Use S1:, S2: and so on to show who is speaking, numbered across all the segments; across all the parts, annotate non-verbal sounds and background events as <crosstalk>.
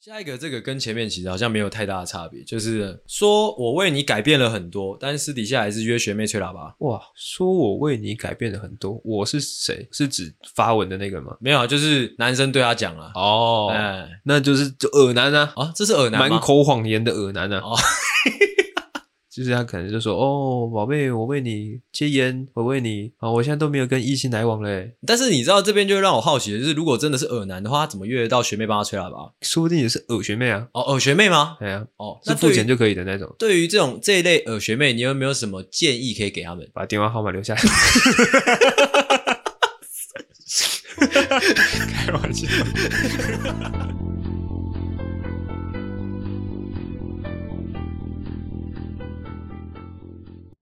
S1: 下一个这个跟前面其实好像没有太大的差别，就是说我为你改变了很多，但是私底下还是约学妹吹喇叭。
S2: 哇，说我为你改变了很多，我是谁？是指发文的那个吗？
S1: 没有啊，就是男生对她讲了。
S2: 哦
S1: 哎，
S2: 那就是就耳男啊，
S1: 啊，这是耳男
S2: 满
S1: 吗？
S2: 口谎言的耳男啊。
S1: 哦
S2: <laughs> 就是他可能就说：“哦，宝贝，我为你戒烟，我为你啊，我现在都没有跟异性来往欸嘞，
S1: 但是你知道这边就让我好奇的就是，如果真的是耳男的话，他怎么约得到学妹帮他吹喇叭？
S2: 说不定也是耳学妹啊，
S1: 哦，耳学妹吗？
S2: 哎呀，
S1: 哦，
S2: 是
S1: 那
S2: 付钱
S1: 就
S2: 就可以的那种。
S1: 对于这种这一类耳学妹，你有没有什么建议可以给他们？
S2: 把电话号码留下来。开玩笑。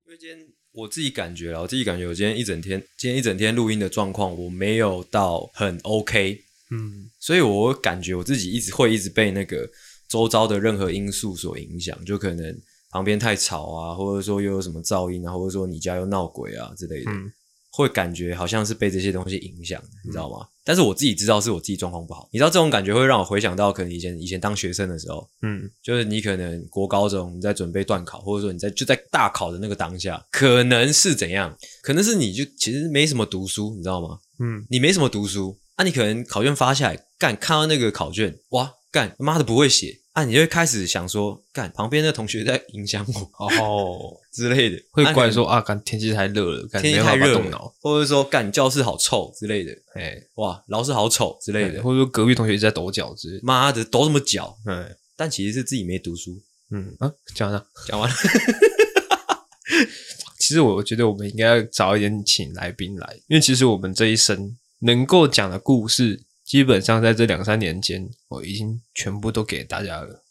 S1: 因为今天我自己感觉啦，我自己感觉我今天一整天，今天一整天录音的状况，我没有到很 OK，
S2: <laughs> 嗯，
S1: 所以我感觉我自己一直会一直被那个周遭的任何因素所影响，就可能旁边太吵啊，或者说又有什么噪音啊，或者说你家又闹鬼啊之类的，
S2: 嗯
S1: 会感觉好像是被这些东西影响，你知道吗？但是我自己知道是我自己状况不好，你知道这种感觉会让我回想到可能以前以前当学生的时候，
S2: 嗯，
S1: 就是你可能国高中你在准备段考，或者说你在就在大考的那个当下，可能是怎样？可能是你就其实没什么读书，你知道吗？
S2: 嗯，
S1: 你没什么读书，啊，你可能考卷发下来，干看到那个考卷，哇，干妈的不会写，啊，你就会开始想说，干旁边的同学在影响我
S2: 哦，
S1: <laughs> 之类的，
S2: 会
S1: 啊
S2: 怪说啊，干天气太热了，
S1: 可能
S2: 干
S1: 天气
S2: 没
S1: 太
S2: 办法
S1: 热
S2: 动
S1: 了
S2: 脑，，
S1: 或者说干教室好臭之类的，
S2: 哎，
S1: 哇，老师好丑之类
S2: 对，
S1: 的，
S2: 或者说隔壁同学一直在抖脚之类的，
S1: 妈的抖什么脚？
S2: 哎，
S1: 但其实是自己没读书。
S2: 嗯啊，讲完了。
S1: 讲完了，
S2: <laughs> 其实我觉得我们应该要早一点请来宾来，因为其实我们这一生能够讲的故事，基本上在这两三年间，我已经全部都给大家了。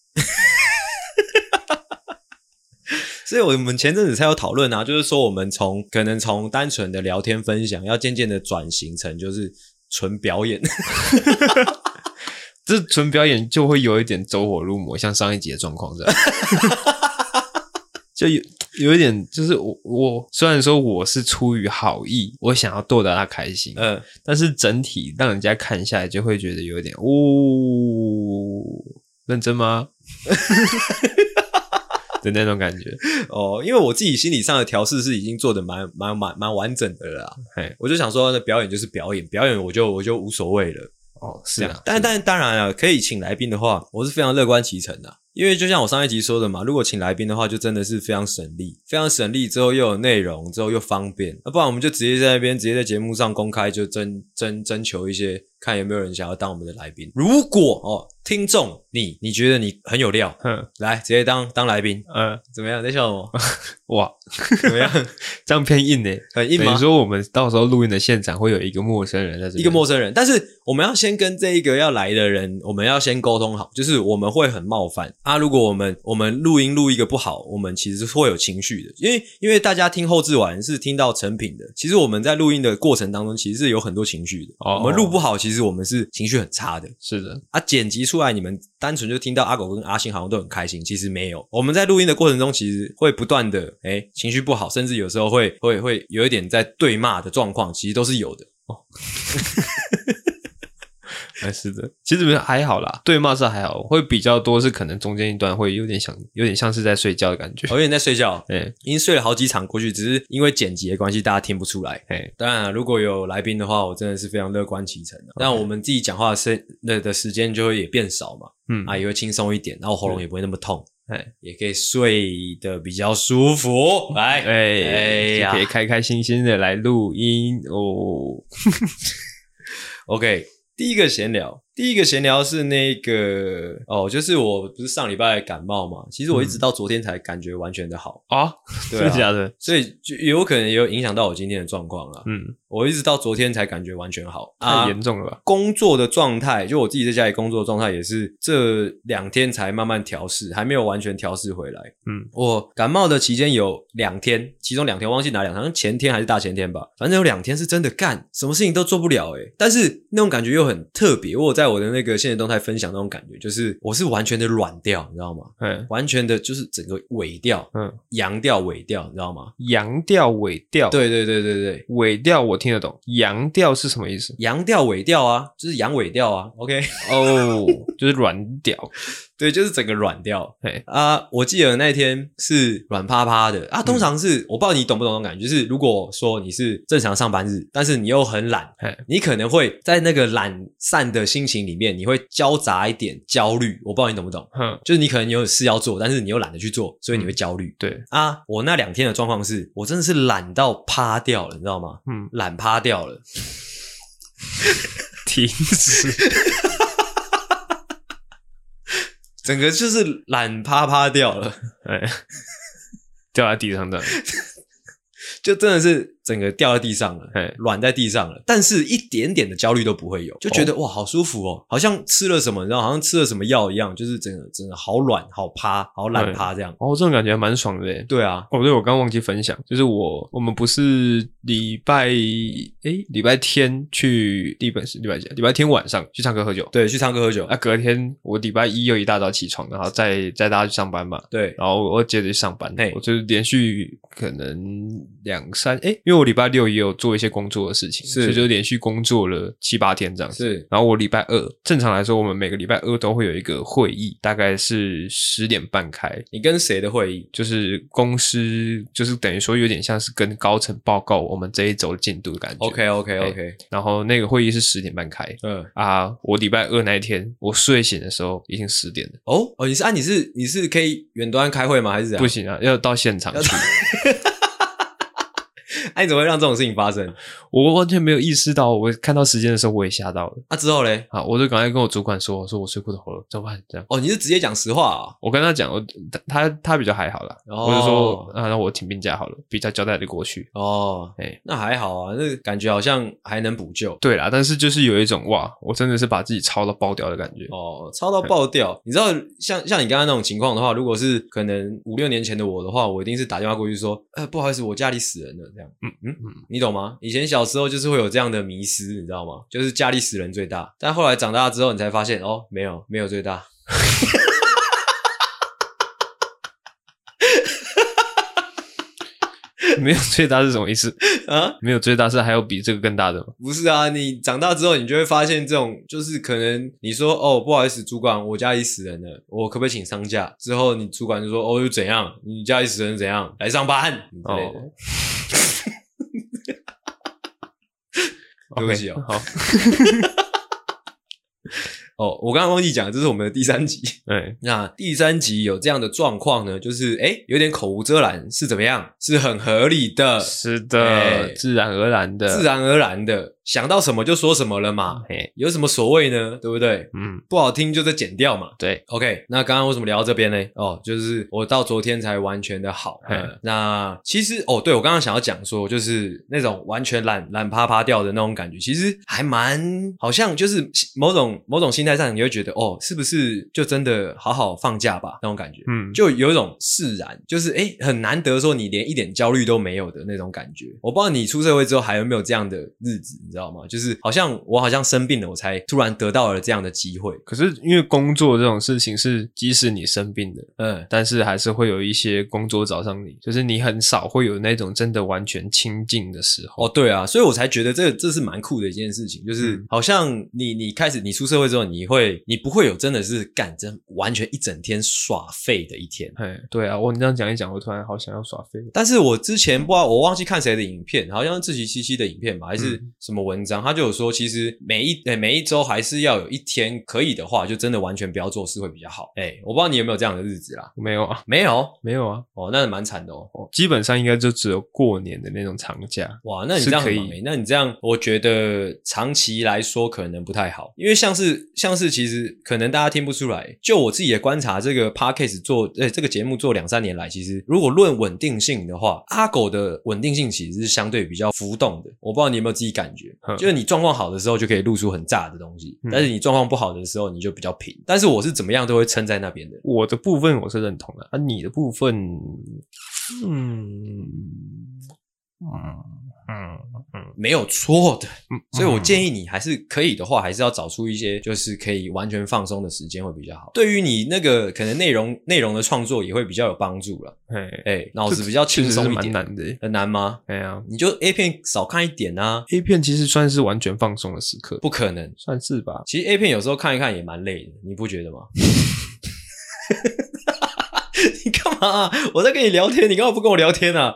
S1: 所以我们前阵子才有讨论啊，就是说我们从可能从单纯的聊天分享，要渐渐的转型成就是纯表演。 <laughs>
S2: 这纯表演就会有一点走火入魔，像上一集的状况
S1: <laughs>
S2: 这样，就有有一点就是我我虽然说我是出于好意，我想要逗得他开心，
S1: 嗯、
S2: 但是整体让人家看下来就会觉得有点哦，认真吗？
S1: <laughs>
S2: 的那种感觉。
S1: 哦，因为我自己心理上的调试是已经做的蛮蛮蛮蛮完整的了啦。
S2: 嘿，
S1: 我就想说，那表演就是表演，表演我就我就无所谓了。
S2: 哦，
S1: 这
S2: 是
S1: 样
S2: 啊，
S1: 但但当然了，可以请来宾的话，我是非常乐观其成的。因为就像我上一集说的嘛，如果请来宾的话，就真的是非常省力，非常省力之后又有内容，之后又方便。那不然我们就直接在那边直接在节目上公开，就征征征求一些，看有没有人想要当我们的来宾。如果哦，听众你你觉得你很有料，
S2: 嗯
S1: 来直接当当来宾，
S2: 呃，
S1: 怎么样？在笑什
S2: <laughs>
S1: 么？
S2: 哇，
S1: 怎么样？
S2: 这样偏硬呢、欸。
S1: 很硬
S2: 等
S1: 吗
S2: 于？说我们到时候录音的现场会有一个陌生人在这边，
S1: 一个陌生人，但是我们要先跟这一个要来的人，我们要先沟通好，就是我们会很冒犯啊。如果我们我们录音录一个不好，我们其实是会有情绪的，因为因为大家听后置完是听到成品的，其实我们在录音的过程当中，其实是有很多情绪的。
S2: 哦
S1: 我们录不好，其实我们是情绪很差的
S2: 是的，
S1: 啊。剪辑出来，你们单纯就听到阿狗跟阿星好像都很开心，其实没有。我们在录音的过程中，其实会不断的哎、情绪不好，甚至有时候会会会有一点在对骂的状况，其实都是有的。
S2: 哎，是的，其实还好啦，对骂是还好，会比较多是可能中间一段会有点想，有点像是在睡觉的感觉，
S1: 我有点在睡觉，
S2: 哎、
S1: 已经睡了好几场过去，只是因为剪辑的关系，大家听不出来。
S2: 哎、
S1: 当然、啊如果有来宾的话，我真的是非常乐观其成、啊。那我们自己讲话的时那的时间就会也变少嘛，
S2: 嗯，
S1: 啊，也会轻松一点，然后喉咙也不会那么痛，
S2: 哎
S1: 也可以睡得比较舒服。来，
S2: 哎
S1: 哎呀
S2: 就可以开开心心的来录音哦，
S1: OK，第一个闲聊，第一个闲聊是那个哦，就是我不是上礼拜感冒嘛，其实我一直到昨天才感觉完全的好，
S2: 啊，
S1: 对
S2: 嗯 <laughs> 真的
S1: 啊，
S2: 假的？
S1: 所以就有可能也有影响到我今天的状况啊了。
S2: 嗯，
S1: 我一直到昨天才感觉完全好啊
S2: 太。严重了吧？
S1: 工作的状态，就我自己在家里工作的状态，也是这两天才慢慢调试，还没有完全调试回来。
S2: 嗯，
S1: 我感冒的期间有两天，其中两天忘记哪两天，好像前天还是大欸前天吧，反正有两天是真的干什么事情都做不了诶、但是那种感觉又很特别。我有在我的那个现实动态分享那种感觉，就是我是完全的软掉，你知道吗？
S2: 嗯，
S1: 完全的就是整个萎掉，
S2: 嗯，
S1: 阳掉萎掉，你知道吗？
S2: 阳调尾调，，
S1: 对对对对对，
S2: 尾调我听得懂，阳调是什么意思？
S1: 阳掉萎掉啊，就是阳萎掉啊，OK，
S2: 哦，就是软调，
S1: <laughs> 对，就是整个软掉。
S2: 嘿，
S1: 啊，我记得那天是软趴趴的啊。
S2: 嗯
S1: 通常是、我不知道你懂不懂那种感觉，就是如果说你是正常上班日，但是你又很懒
S2: 嘿，
S1: 你可能会在那个懒散的心情里面，你会交杂一点焦虑。我不知道你懂不懂，
S2: 哼，
S1: 就是你可能有事要做，但是你又懒得去做，所以
S2: 嗯
S1: 你会焦虑。
S2: 对，
S1: 啊，我那两天的状况是我真的是懒到趴掉了，你知道吗？
S2: 嗯，
S1: <laughs> 懒趴掉
S2: <laughs>
S1: 了，
S2: 停止，
S1: 整个就是懒趴趴掉了，
S2: 哎， <laughs> 掉在地上的，
S1: 就真的是整个掉在地上了。
S2: 哎，
S1: 软在地上了，但是一点点的焦虑都不
S2: 哦
S1: 会有，就觉得、哇好舒服哦，好像吃了什么，然后好像吃了什么药一样，就是整个整个好软好趴好懒趴这样。
S2: 哦，这种感觉还蛮爽的耶，
S1: 对啊，
S2: 哦，对，我刚忘记分享，就是我我们不是礼拜诶礼拜天去礼拜是礼拜几啊？礼拜天晚上去唱歌喝酒，
S1: 对，去唱歌喝酒，
S2: 啊，隔天我礼拜一又一大早起床，然后再再大家去上班嘛，
S1: 对
S2: 然后我又接着去上班
S1: 嘿，
S2: 我就是连续可能两三诶，因为我礼拜六也有做一些工作的事情，
S1: 是
S2: 所以就连续工作了七八天这样子。
S1: 是，
S2: 然后我礼拜二，正常来说，我们每个礼拜二都会有一个会议，大概是十点半开，
S1: 你跟谁的会议？
S2: 就是公司，就是等于说有点像是跟高层报告我们这一周的进度的感觉。
S1: OK OK OK，
S2: 然后那个会议是十点半开
S1: 哎嗯，
S2: 啊，我礼拜二那一天我睡醒的时候已经十点了，
S1: 哦哦，你是啊，你是你是可以远端开会吗？还是怎样？
S2: 不，行啊，要到现场去，
S1: 哎、你怎么会让这种事情发生？
S2: 我完全没有意识到，我看到时间的时候我也吓到了
S1: 啊之后嘞？
S2: 啊，我就赶快跟我主管说，我说我睡过头了，怎么办？这样。
S1: 哦，你是直接讲实话啊、
S2: 我跟他讲，我他他他比较还好啦，
S1: 哦
S2: 我就说啊，那我请病假好了，比较交代的过去。
S1: 哦？
S2: 哎
S1: 那还好啊，那感觉好像还能补救。
S2: 对啦，但是就是有一种哇，我真的是把自己操到爆掉的感觉。
S1: 哦，超到爆掉！你知道，像像你刚刚那种情况的话，如果是可能五六年前的我的话，我一定是打电话过去说，呃，不好意思，我家里死人了，这样。嗯嗯
S2: 嗯，
S1: 你懂吗？以前小时候就是会有这样的迷失，你知道吗？就是家里死人最大，但后来长大之后，你才发现，哦，没有，没有最大。
S2: <laughs>
S1: <laughs>
S2: 没有最大是什么意思？
S1: 啊，
S2: 没有最大是还有比这个更大的吗？
S1: 不是啊，你长大之后，你就会发现这种，就是可能你说，哦，不好意思，主管，我家里死人了，我可不可以请丧假？之后你主管就说，哦，又怎样？你家里死人怎样？来上班之类的。
S2: 哦 <laughs>
S1: 对不起哦
S2: OK，好，
S1: 哦，我刚刚忘记讲，这是我们的第三集。
S2: 哎，
S1: 那第三集有这样的状况呢，就是诶有点口无遮拦，是怎么样？是很合理的，
S2: 是
S1: 哎
S2: 的，自然而然的，嗯
S1: 自然而然的，想到什么就说什么了嘛，
S2: 嘿，
S1: 有什么所谓呢？对不对？
S2: 嗯，
S1: 不好听就再剪掉嘛。
S2: 对，
S1: OK，那刚刚为什么聊到这边呢？哦，就是我到昨天才完全的好。
S2: 嘿
S1: 呃那其实哦，对我刚刚想要讲说，就是那种完全懒懒趴趴掉的那种感觉，其实还蛮好像就是某种某种心态上，你会觉得哦，是不是就真的好好放假吧那种感觉。
S2: 嗯，
S1: 就有一种释然，就是诶很难得说你连一点焦虑都没有的那种感觉。我不知道你出社会之后还有没有这样的日子，你知道吗？就是好像我好像生病了，我才突然得到了这样的机会。
S2: 可是因为工作这种事情是，即使你生病了，
S1: 嗯，
S2: 但是还是会有一些工作找上你，就是你很少会有那种真的完全清静的时候。
S1: 哦，对啊，所以我才觉得这这是蛮酷的一件事情，就是、
S2: 嗯
S1: 好像你你开始你出社会之后，你会你不会有真的是干真完全一整天耍废的一天。
S2: 哎，对啊，我你这样讲一讲，我突然好想要耍飞。
S1: 但是我之前不知道，我忘记看谁的影片，好像是自习七七的影片吧，还是什么文章，他就有说，其实每一诶每一周还是要有一天可以的话，就真的完全不要做事会比较好。哎、我不知道你有没有这样的日子啦？
S2: 没有啊，
S1: 没有
S2: 没有啊，
S1: 哦，那蛮惨的哦。
S2: 哦基本上应该就只有过年的那种长假。
S1: 哇，那你这样很忙
S2: 是可
S1: 欸
S2: 以
S1: 那你这样，我觉得长期来说可能不太好，因为像是像是其实可能大家听不出来，就我自己的观察，这个 podcast 做呃这个节目做两三年来，其实如果论稳定性的话，阿狗的稳定性其实是相对比较浮动的。我不知道你有没有自己感觉，
S2: 哼
S1: 就是你状况好的时候就可以露出很炸的东西，
S2: 嗯
S1: 但是你状况不好的时候你就比较平。但是我是怎么样都会撑在那边的。
S2: 我的部分我是认同的，啊，你的部分，嗯，嗯嗯，
S1: 没有错的。所以我
S2: 议
S1: 建议你还是可以的话，还是要找出一些就是可以完全放松的时间会比较好。对于你那个可能内容内容的创作也会比较有帮助了。
S2: 嗯
S1: 哎、脑子比较轻松一
S2: 蛮
S1: 点，
S2: 难的耶。
S1: 很难吗？
S2: 哎呀
S1: 你就 A 片少看一点啊，
S2: ，A 片其实算是完全放松的时刻，
S1: 不可能。
S2: 算是吧？
S1: 其实 A 片有时候看一看也蛮累的，你不觉得吗？ <laughs> 你干嘛、啊？我在跟你聊天，你干嘛不跟我聊天啊？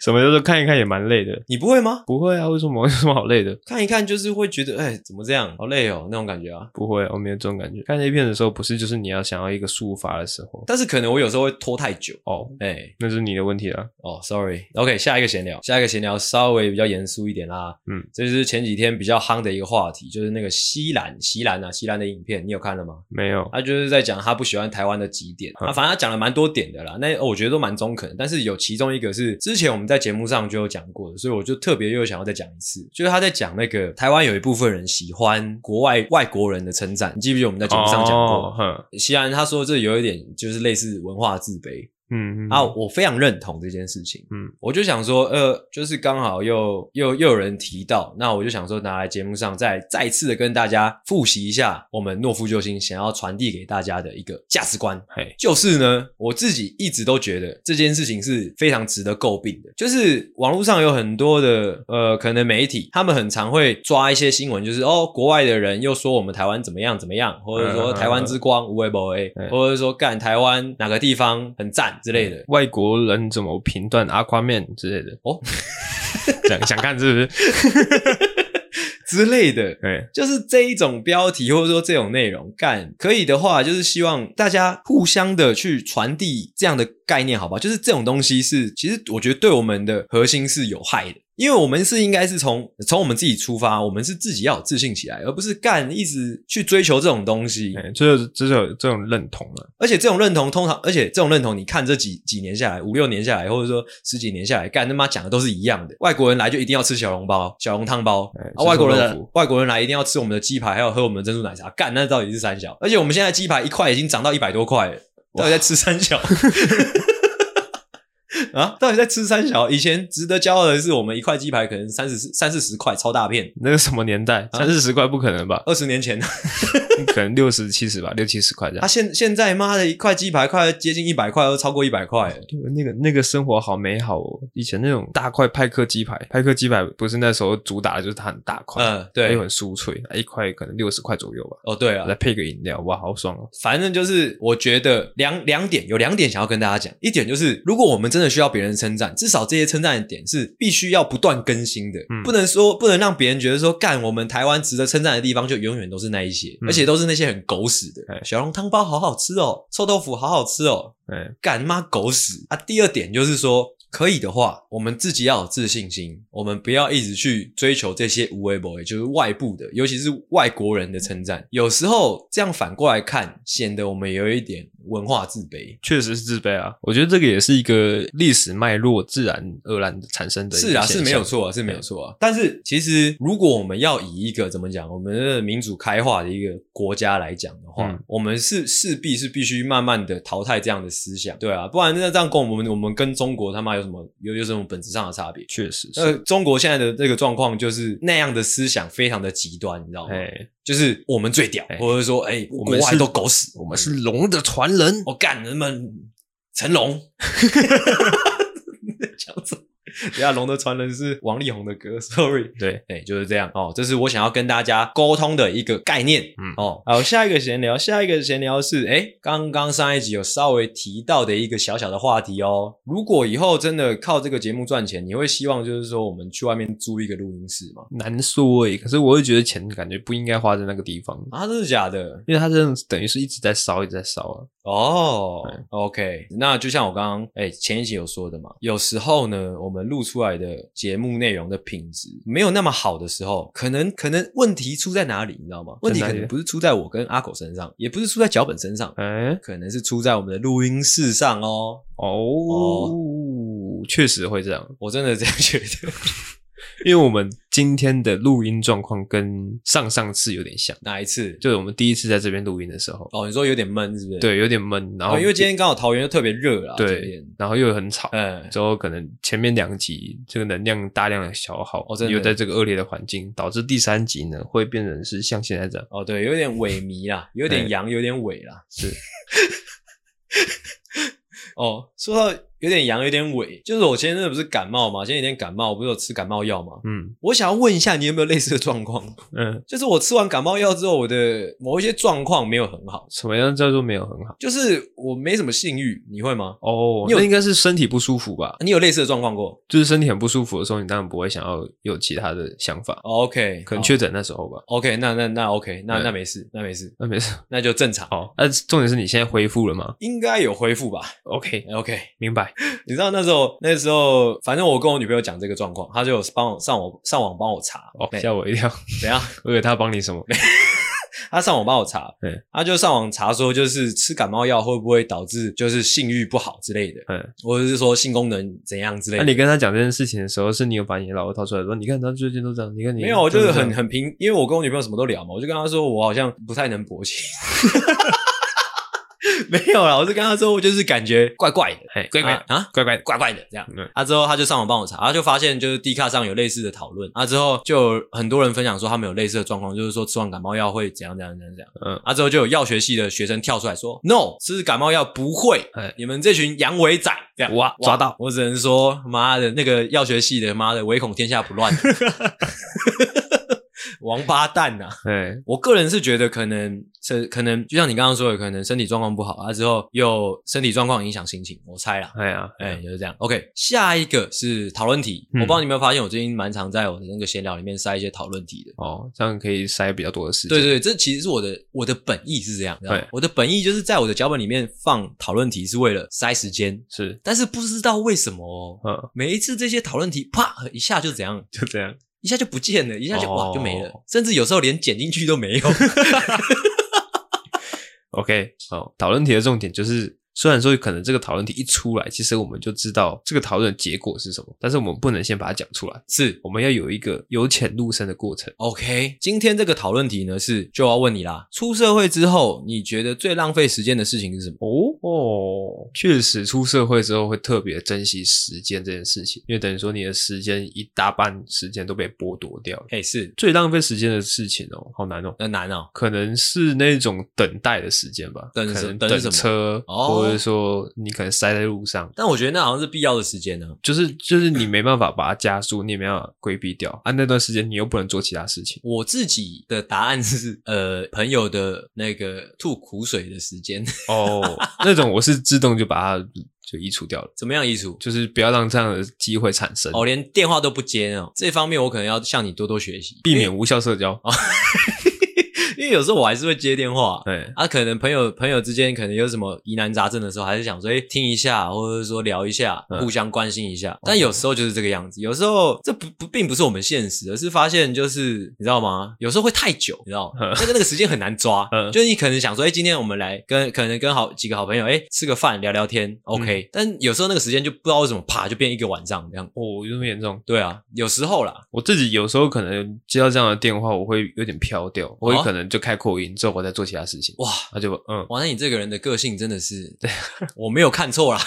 S2: 什么叫做看一看也蛮累的？
S1: 你不会吗？
S2: 不会啊，为什么 <laughs> 有什么好累的？
S1: 看一看就是会觉得，哎，怎么这样，好累哦，那种感觉啊。
S2: 不会啊，我没有这种感觉。看 A 片的时候，不是就是你要想要一个抒发的时候
S1: 但是可能我有时候会拖太久，
S2: 哦，
S1: 哎、
S2: 那是你的问题啊了。
S1: 哦，sorry，OK，、下一个闲聊，下一个闲聊稍微比较严肃一点啦。
S2: 嗯，
S1: 这就是前几天比较夯的一个话题，就是那个西兰，西兰啊，西兰的影片，你有看了吗？
S2: 没有，
S1: 他就是在讲他不喜欢台湾的几点，
S2: 嗯
S1: 啊，反正他讲了蛮多点的啦，那哦我觉得都蛮中肯的，但是有其中一个是之前我们在节目上就有讲过的，所以我就特别又想要再讲一次，就是他在讲那个台湾有一部分人喜欢国外外国人的称赞，你记不记得我们在节目上讲
S2: 哦
S1: 过？
S2: 哼，
S1: 西兰他说这有一点就是类似文化自卑，
S2: 嗯嗯
S1: 啊，我非常认同这件事情。
S2: 嗯，
S1: 我就想说，呃，就是刚好又又又有人提到，那我就想说拿来节目上再再次的跟大家复习一下我们诺夫救星想要传递给大家的一个价值观。
S2: 嘿，
S1: 就是呢，我自己一直都觉得这件事情是非常值得诟病的。就是网络上有很多的呃，可能媒体他们很常会抓一些新闻，就是哦，国外的人又说我们台湾怎么样怎么样，或者说
S2: 嗯嗯嗯
S1: 台湾之光无为不为
S2: 嗯，
S1: 或者说干台湾哪个地方很赞之类的。
S2: 外国人怎么评断 Aquaman 之类的？
S1: 哦，
S2: <laughs> 想想看是不是？
S1: 之类的，
S2: 哎，
S1: 就是这一种标题或者说这种内容，干可以的话，就是希望大家互相的去传递这样的概念，好吧？就是这种东西是，其实我觉得对我们的核心是有害的。因为我们是应该是从从我们自己出发，我们是自己要有自信起来，而不是干一直去追求这种东西。
S2: 哎，这就这就有这种认同啊了。
S1: 而且这种认同，通常而且这种认同，你看这几几年下来，五六年下来，或者说十几年下来，干他妈讲的都是一样的。外国人来就一定要吃小笼包、小笼汤包，
S2: 哎
S1: 啊，外国人
S2: 吃臭
S1: 来
S2: 豆腐
S1: 外国人来一定要吃我们的鸡排，还有喝我们的珍珠奶茶。干，那到底是三小？而且我们现在鸡排一块已经涨到一百多块了，到底在吃三小？ <laughs> 啊，到底在吃三小？以前值得骄傲的是，我们一块鸡排可能三十三四十块，超大片。
S2: 那个什么年代，
S1: 啊
S2: 三四十块不可能吧？
S1: 二十年前，
S2: 可能六十七十吧，六七十块这
S1: 他、
S2: 样。
S1: 现现在妈的一块鸡排快接近一百块，都超过一百块了。
S2: 对那个那个生活好美好哦！以前那种大块派克鸡排，派克鸡排不是那时候主打的就是它很大块，
S1: 嗯、对，
S2: 又很酥脆，啊一块可能六十块左右吧，
S1: 哦，对啊
S2: 再，配个饮料，哇，好爽哦！
S1: 反正就是我觉得两两点有两点想要跟大家讲，一点就是如果我们真的需要别人称赞，至少这些称赞的点是必须要不断更新的，
S2: 嗯
S1: 不能说不能让别人觉得说干我们台湾值得称赞的地方就永远都是那一些，
S2: 嗯
S1: 而且都是那些很狗屎的，
S2: 哎
S1: 小笼汤包好好吃哦，臭豆腐好好吃哦，
S2: 哎，
S1: 干妈狗屎啊！第二点就是说，可以的话，我们自己要有自信心，我们不要一直去追求这些无为不为，就是外部的，尤其是外国人的称赞。有时候这样反过来看，显得我们有一点文化自卑。
S2: 确实是自卑啊！我觉得这个也是一个历史脉络自然而然产生的一个
S1: 是啊，
S2: 现
S1: 是
S2: 象
S1: 没有。错啊，是没有错啊。但是其实，如果我们要以一个怎么讲，我们的民主开化的一个国家来讲的话，
S2: 嗯
S1: 我们是势必是必须慢慢的淘汰这样的思想，对啊，不然那这样跟我们我们跟中国他妈有什么有有什么本质上的差别？
S2: 确实是，
S1: 呃，中国现在的这个状况就是那样的思想非常的极端，你知道吗？
S2: 哎，
S1: 就是我们最屌，
S2: 哎
S1: 或者说，哎、
S2: 我
S1: 国
S2: 们
S1: 外
S2: 是
S1: 都狗屎，
S2: 我们是龙的传人，
S1: 我干他妈成龙， <laughs> 讲什么？人家龙的传人是王力宏的歌，sorry。
S2: 对，
S1: 哎、就是这样哦，这是我想要跟大家沟通的一个概念。
S2: 嗯
S1: 哦，好，下一个闲聊，下一个闲聊是，哎，刚刚上一集有稍微提到的一个小小的话题哦。如果以后真的靠这个节目赚钱，你会希望就是说我们去外面租一个录音室吗？
S2: 难说诶。可是我会觉得钱感觉不应该花在那个地方，
S1: 啊，真的假的？
S2: 因为它这样等于是一直在烧，一直在烧啊。
S1: 哦、
S2: 对
S1: o k 那就像我刚刚哎前一集有说的嘛，有时候呢，我们录出来的节目内容的品质没有那么好的时候，可能可能问题出在哪里，你知道吗？问题
S2: 在
S1: 可
S2: 哪里
S1: 能不是出在我跟阿狗身上，也不是出在脚本身上，
S2: 哎，
S1: 可能是出在我们的录音室上哦。
S2: 哦，确实会这样。
S1: 我真的这样觉得。 <laughs>
S2: 因为我们今天的录音状况跟上上次有点像，
S1: 哪一次？
S2: 就是我们第一次在这边录音的时候，
S1: 哦，你说有点闷是不是？
S2: 对，有点闷，然后、
S1: 哦因为今天刚好桃园又特别热啦，这
S2: 对
S1: 边，
S2: 然后又很吵，
S1: 嗯，
S2: 之后可能前面两集这个能量大量的消耗，
S1: 哦真的
S2: 又在这个恶劣的环境，导致第三集呢会变成是像现在这样，
S1: 哦，对，有点萎靡啦，有点阳，有点萎啦。
S2: <laughs> 是
S1: 哦，说到有点阳，有点萎，就是我前一阵不是感冒嘛，前几天感冒，我不是有吃感冒药嘛？
S2: 嗯
S1: 我想要问一下，你有没有类似的状况？
S2: 嗯，
S1: 就是我吃完感冒药之后，我的某一些状况没有很好，
S2: 什么样叫做没有很好？
S1: 就是我没什么性欲，你会吗？
S2: 哦，
S1: 你有
S2: 那应该是身体不舒服吧？
S1: 你有类似的状况过
S2: 就是身体很不舒服的时候，你当然不会想要有其他的想法，
S1: 哦？OK，
S2: 可能
S1: 好
S2: 确诊那时候吧。
S1: OK，那那那 OK，那
S2: 嗯
S1: 那没事，那没事，
S2: 那没事，
S1: 那就正常，
S2: 好，那重点是你现在恢复了吗
S1: 应该有恢复吧
S2: ？OK，
S1: ？OK，
S2: 明白。
S1: 你知道那时候，那时候反正我跟我女朋友讲这个状况，她就有帮我上网上网帮我查，
S2: 哦，
S1: 对
S2: 吓我一跳， <laughs>
S1: 怎样？
S2: 我以为他帮你什么？
S1: 她上网帮我查
S2: 嗯，
S1: 她就上网查说，就是吃感冒药会不会导致就是性欲不好之类的，
S2: 嗯，啊
S1: 或者是说性功能怎样之类
S2: 那
S1: 的。
S2: 你跟他讲这件事情的时候，是你有把你的老二掏出来说，你看他最近都这样，你看你
S1: 没有，我就是很
S2: 都这样
S1: 很平，因为我跟我女朋友什么都聊嘛，我就跟她说我好像不太能勃起。 <laughs> 没有啦，我就跟她说，我就是感觉怪怪的，
S2: 嘿
S1: 怪怪
S2: 啊
S1: 啊，
S2: 乖乖的，
S1: 怪怪的这样。
S2: 嗯
S1: 啊，之后他就上网帮我查，他就发现就是 D 卡上有类似的讨论，啊，之后就有很多人分享说他们有类似的状况，就是说吃完感冒药会怎样怎样怎样怎样。
S2: 嗯，
S1: 啊，之后就有药学系的学生跳出来说，no，吃感冒药不会
S2: 哎，
S1: 你们这群阳痿仔这样。
S2: 哇，抓到！
S1: 我只能说，妈的，那个药学系的，妈的，唯恐天下不
S2: <laughs>
S1: 乱，王八蛋呐、
S2: 哎，
S1: 我个人是觉得可能是可能，就像你刚刚说的，可能身体状况不好啊，之后又身体状况影响心情，我猜啦。
S2: 哎呀，
S1: 哎、就是这样。OK，下一个是讨论题。我
S2: 嗯
S1: 不知道你有没有发现，我最近蛮常在我的那个闲聊里面塞一些讨论题的。
S2: 哦，这样可以塞比较多的时间。
S1: 对对对，这其实是我的我的本意是这样，知道吗
S2: 对
S1: 我的本意就是在我的脚本里面放讨论题是为了塞时间，
S2: 是，
S1: 但是不知道为什么哦，
S2: 嗯，
S1: 每一次这些讨论题啪一下就怎样，
S2: 就这样。
S1: 一下就不见了，一下就、哇
S2: 哦
S1: 就没了，甚至有时候连剪进去都没有。
S2: OK，好，讨论题的重点就是，虽然说可能这个讨论题一出来，其实我们就知道这个讨论的结果是什么，但是我们不能先把它讲出来，
S1: 是
S2: 我们要有一个由浅入深的过程。
S1: OK，今天这个讨论题呢是就要问你啦，出社会之后你觉得最浪费时间的事情是什么？
S2: 哦哦，确实出社会之后会特别珍惜时间这件事情，因为等于说你的时间一大半时间都被剥夺掉了。
S1: 嘿，哎是
S2: 最浪费时间的事情哦，好难哦，
S1: 那难哦。
S2: 可能是那种等待的时间吧，
S1: 等
S2: 可
S1: 什
S2: 能
S1: 等
S2: 等
S1: 什么
S2: 车，
S1: 哦
S2: 或者说你可能塞在路上，
S1: 但我觉得那好像是必要的时间呢、
S2: 就是就是你没办法把它加速，你也没办法规避掉啊。那段时间你又不能做其他事情，
S1: 我自己的答案是，呃，朋友的那个吐苦水的时间 <laughs>
S2: 哦， <laughs> 那种我是自动就把它就移除掉了，
S1: 怎么样移除？
S2: 就是不要让这样的机会产生，
S1: 哦，连电话都不接哦，这方面我可能要向你多多学习，
S2: 避免无效社交。
S1: <laughs> 哦因为有时候我还是会接电话。
S2: 对，
S1: <laughs> 啊，可能朋友朋友之间可能有什么疑难杂症的时候，还是想说，哎、听一下，或者是说聊一下，
S2: 嗯哦
S1: 互相关心一下。但有时候就是这个样子，有时候这不不并不是我们现实，而是发现就是你知道吗？有时候会太久，你知道吗
S2: 嗯？
S1: <laughs> 那个那个时间很难抓
S2: 嗯，
S1: 就是你可能想说，哎、今天我们来跟可能跟好几个好朋友，哎、吃个饭聊聊天，OK、但
S2: 嗯
S1: 有时候那个时间就不知道为什么，啪就变一个晚上这样。
S2: 哦，有这么严重？
S1: 对啊，有时候啦，
S2: 我自己有时候可能接到这样的电话，我会有点飘掉，我
S1: 哦
S2: 会可能就开扩音之后，我再做其他事情，
S1: 哇
S2: 那就
S1: <laughs>
S2: 嗯，
S1: 哇，那你这个人的个性真的是，我没有看错啦。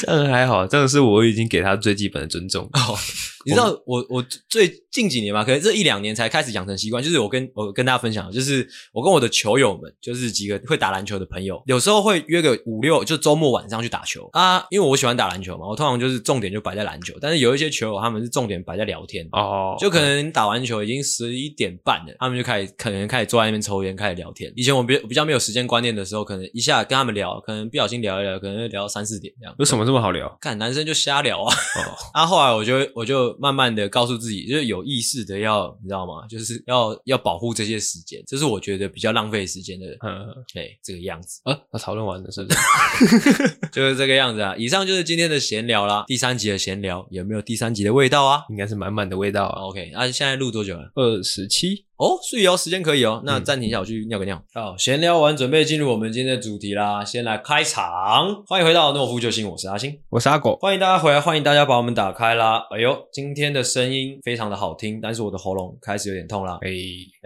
S2: 这样还好，这样是我已经给他最基本的尊重。
S1: <laughs> 哦，你知道我我最近几年吧，可能这一两年才开始养成习惯，就是我跟我跟大家分享，就是我跟我的球友们，就是几个会打篮球的朋友，有时候会约个五六，就周末晚上去打球啊，因为我喜欢打篮球嘛，我通常就是重点就摆在篮球，但是有一些球友他们是重点摆在聊天。
S2: 哦，
S1: 就可能打完球已经十一点半了，他们就开始可能开始坐在那边抽烟，开始聊天。以前我比比较没有时间观念的时候，可能一下跟他们聊，可能不小心聊一聊，可能聊到三四点这样。
S2: 有什么这么好聊？
S1: 看男生就瞎聊啊，
S2: 哦，
S1: 啊，后来我就我就慢慢的告诉自己，就是有意识的要，你知道吗？就是要要保护这些时间，这是我觉得比较浪费时间的，
S2: 嗯，
S1: 对，这个样子
S2: 啊，那讨论完了是不是？
S1: 就是这个样子啊。以上就是今天的闲聊啦，第三集的闲聊有没有第三集的味道啊
S2: 应该是满满的味道啊。
S1: 哦？OK，啊，现在录多久了？
S2: 二十七，
S1: 哦哦，所以哦，时间可以哦，那暂停一下，我去尿个尿。好，闲聊完，准备进入我们今天的主题啦。先来开场，欢迎回到诺夫救星，我是阿星。
S2: 我是阿狗，
S1: 欢迎大家回来，欢迎大家把我们打开啦！哎呦，今天的声音非常的好听，但是我的喉咙开始有点痛啦。
S2: 哎、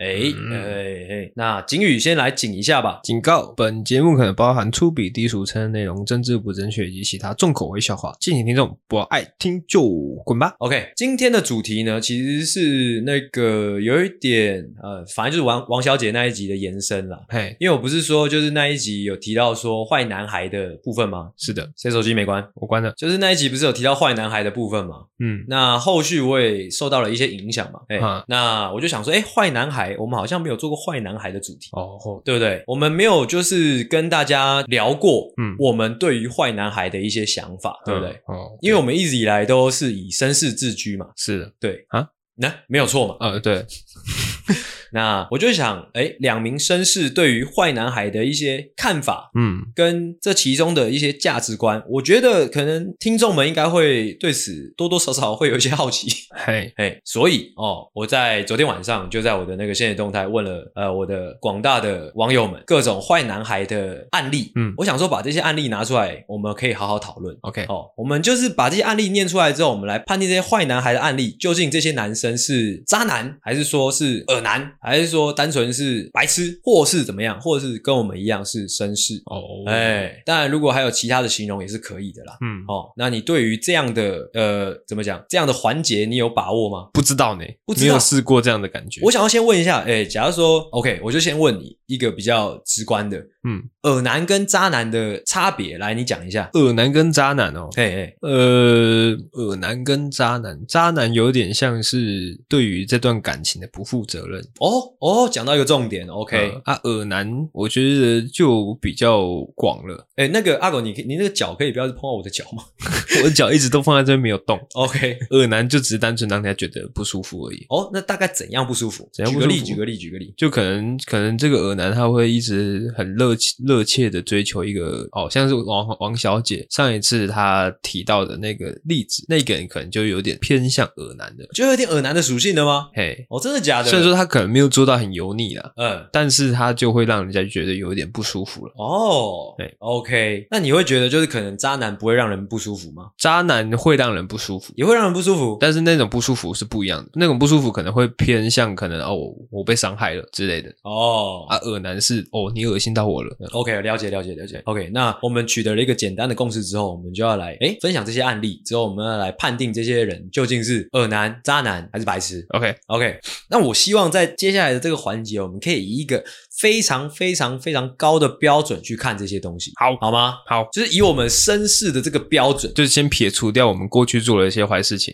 S1: 哎
S2: 嗯
S1: 哎哎，那景宇先来景一下吧。
S2: 警告：本节目可能包含粗鄙、低俗、成人内容、政治不正确以及其他重口味笑话，敬请听众不爱听就滚吧。
S1: OK，今天的主题呢，其实是那个有一点呃，反正就是王王小姐那一集的延伸啦。
S2: 嘿，
S1: 因为我不是说就是那一集有提到说坏男孩的部分吗？
S2: 是的，
S1: 谁手机没关？
S2: 我关了。
S1: 就是那一集不是有提到坏男孩的部分吗？
S2: 嗯，
S1: 那后续我也受到了一些影响嘛，哎、
S2: 嗯
S1: 那我就想说，哎、坏男孩，我们好像没有做过坏男孩的主题，
S2: 哦，
S1: 对不对？我们没有就是跟大家聊过，
S2: 嗯
S1: 我们对于坏男孩的一些想法，对不对？
S2: 嗯？哦，
S1: 因为我们一直以来都是以绅士自居嘛，
S2: 是的，
S1: 对
S2: 啊，
S1: 那、没有错嘛。
S2: 呃，对，
S1: 那我就想，哎，两名绅士对于坏男孩的一些看法。
S2: 嗯，
S1: 跟这其中的一些价值观，我觉得可能听众们应该会对此多多少少会有一些好奇。
S2: 嘿，
S1: 哎，所以哦，我在昨天晚上就在我的那个现实动态问了呃我的广大的网友们各种坏男孩的案例，
S2: 嗯
S1: 我想说把这些案例拿出来，我们可以好好讨论。
S2: ，OK，
S1: 哦，我们就是把这些案例念出来之后，我们来判定这些坏男孩的案例，究竟这些男生是渣男，还是说是恶男，还是说单纯是白痴，或是怎么样，或是跟我们一样是绅士。
S2: 哦，
S1: 哎，当然如果还有其他的形容也是可以的啦。
S2: 嗯，
S1: 哦，那你对于这样的呃，怎么讲？这样的环节你有把握吗？
S2: 不知道呢，
S1: 不知道
S2: 没有试过这样的感觉。
S1: 我想要先问一下，哎、假如说 OK，我就先问你一个比较直观的，
S2: 嗯，
S1: 耳男跟渣男的差别，来，你讲一下。
S2: 恶男跟渣男哦，
S1: 哎哎，
S2: 呃，恶男跟渣男，渣男有点像是对于这段感情的不负责任。
S1: 哦哦，讲到一个重点，OK，哎、
S2: 呃啊，耳男我觉得就比较广了，
S1: 哎那个阿狗，你可以你那个脚可以不要碰到我的脚吗
S2: 我的脚一直都放在这边没有动。
S1: ？OK，
S2: 耳男就只是单纯让人家觉得不舒服而已，
S1: 哦，那大概怎样不舒服？
S2: 怎样不
S1: 举个例，
S2: 舒服
S1: 举个例，举个例。
S2: 就可能可能这个耳男他会一直很热切热切的追求一个哦，像是王王小姐上一次她提到的那个例子，那个人可能就有点偏向耳男的，
S1: 就有点耳男的属性的吗？
S2: 嘿，
S1: 哦，真的假的？
S2: 虽然说，他可能没有做到很油腻啦，
S1: 嗯，
S2: 但是他就会让人家觉得有点不舒服了。
S1: 哦，
S2: 对
S1: ，OK，那你会觉得就是可能渣男不会让人不舒服吗？
S2: 渣男会让人不舒服，
S1: 也会让人不舒服？
S2: 但是那种不舒服是不一样的，那种不舒服可能会偏向可能哦，我被伤害了之类的
S1: 哦，
S2: 啊。恶男是哦，你恶心到我了，
S1: OK，了解了解了解。OK，那我们取得了一个简单的共识之后，我们就要来诶分享这些案例，之后我们要来判定这些人究竟是恶男、渣男还是白痴。
S2: OK，
S1: OK，那我希望在接下来的这个环节，我们可以以一个非常非常非常高的标准去看这些东西，
S2: 好
S1: 好吗？
S2: 好，
S1: 就是以我们绅士的这个标准，
S2: 就先撇除掉我们过去做了一些坏事情，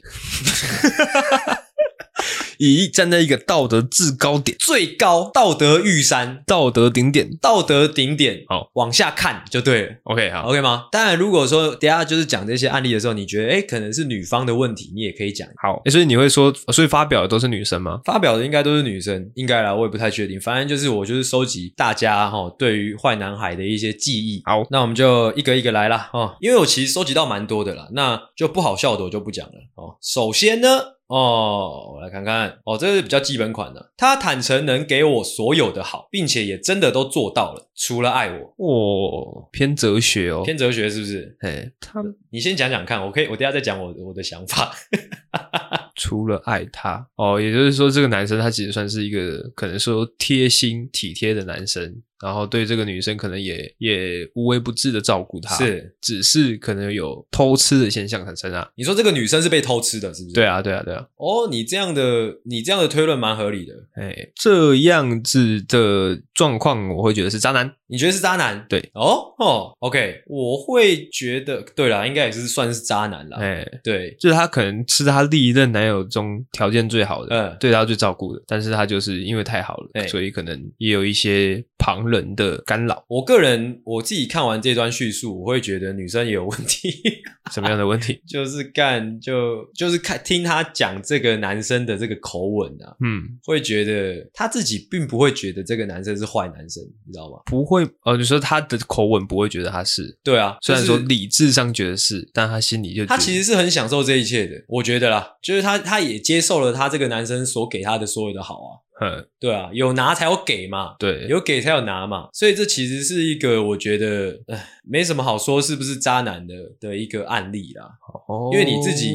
S2: <laughs> 以站在一个道德制高点、
S1: 最高道德玉山、
S2: 道德顶点。
S1: 道德顶点，
S2: 好
S1: 往下看就对了。
S2: OK，好
S1: OK 吗？当然，如果说等一下就是讲这些案例的时候，你觉得诶可能是女方的问题，你也可以讲
S2: 好、诶所以你会说，所以发表的都是女生吗？
S1: 发表的应该都是女生，应该啦，我也不太确定。反正就是我就是收集大家哈、对于坏男孩的一些记忆。
S2: 好
S1: 那我们就一个一个来啦哦，因为我其实收集到蛮多的啦，那就不好笑的我就不讲了哦。首先呢，哦，我来看看哦，这是比较基本款的。他坦诚能给我所有的好，并且也真的都做到了，除了爱我。
S2: 哦，偏哲学哦。
S1: 偏哲学是不是？
S2: 哎，他
S1: 你先讲讲看，我可以，我等一下再讲我我的想法。
S2: 除了爱他哦，也就是说，这个男生他其实算是一个可能说贴心体贴的男生，然后对这个女生可能也也无微不至的照顾她，
S1: 是，
S2: 只是可能有偷吃的现象产生啊。
S1: 你说这个女生是被偷吃的，是不是？
S2: 对。啊，对啊，对啊，
S1: 哦，你这样的你这样的推论蛮合理的。
S2: 哎，这样子的状况，我会觉得是渣男。
S1: 你觉得是渣男？
S2: 对，
S1: 哦哦，OK，我会觉得，对啦，应该也是算是渣男啦。
S2: 哎，
S1: 对，
S2: 就是他可能是他历任男友中条件最好的，
S1: 嗯
S2: 对他最照顾的，但是他就是因为太好了，
S1: 哎
S2: 所以可能也有一些旁人的干扰，
S1: 我个人我自己看完这段叙述，我会觉得女生也有问题， <laughs>
S2: 什么样的问题？
S1: 就是干就就是看听他讲这个男生的这个口吻啊，
S2: 嗯，
S1: 会觉得他自己并不会觉得这个男生是坏男生，你知道吗？
S2: 不会，呃，你说他的口吻不会觉得他是，
S1: 对啊，
S2: 虽然说
S1: 就是
S2: 理智上觉得是，但他心里就
S1: 他其
S2: 实
S1: 实是很享受这一切的，我觉得啦，就是他他也接受了他这个男生所给他的所有的好啊，
S2: 嗯，
S1: 对啊，有拿才有给嘛，
S2: 对，
S1: 有给才有拿嘛，所以这其实是一个我觉得，唉，没什么好说是不是渣男的的一个案例啦，
S2: 哦
S1: 因为你自己，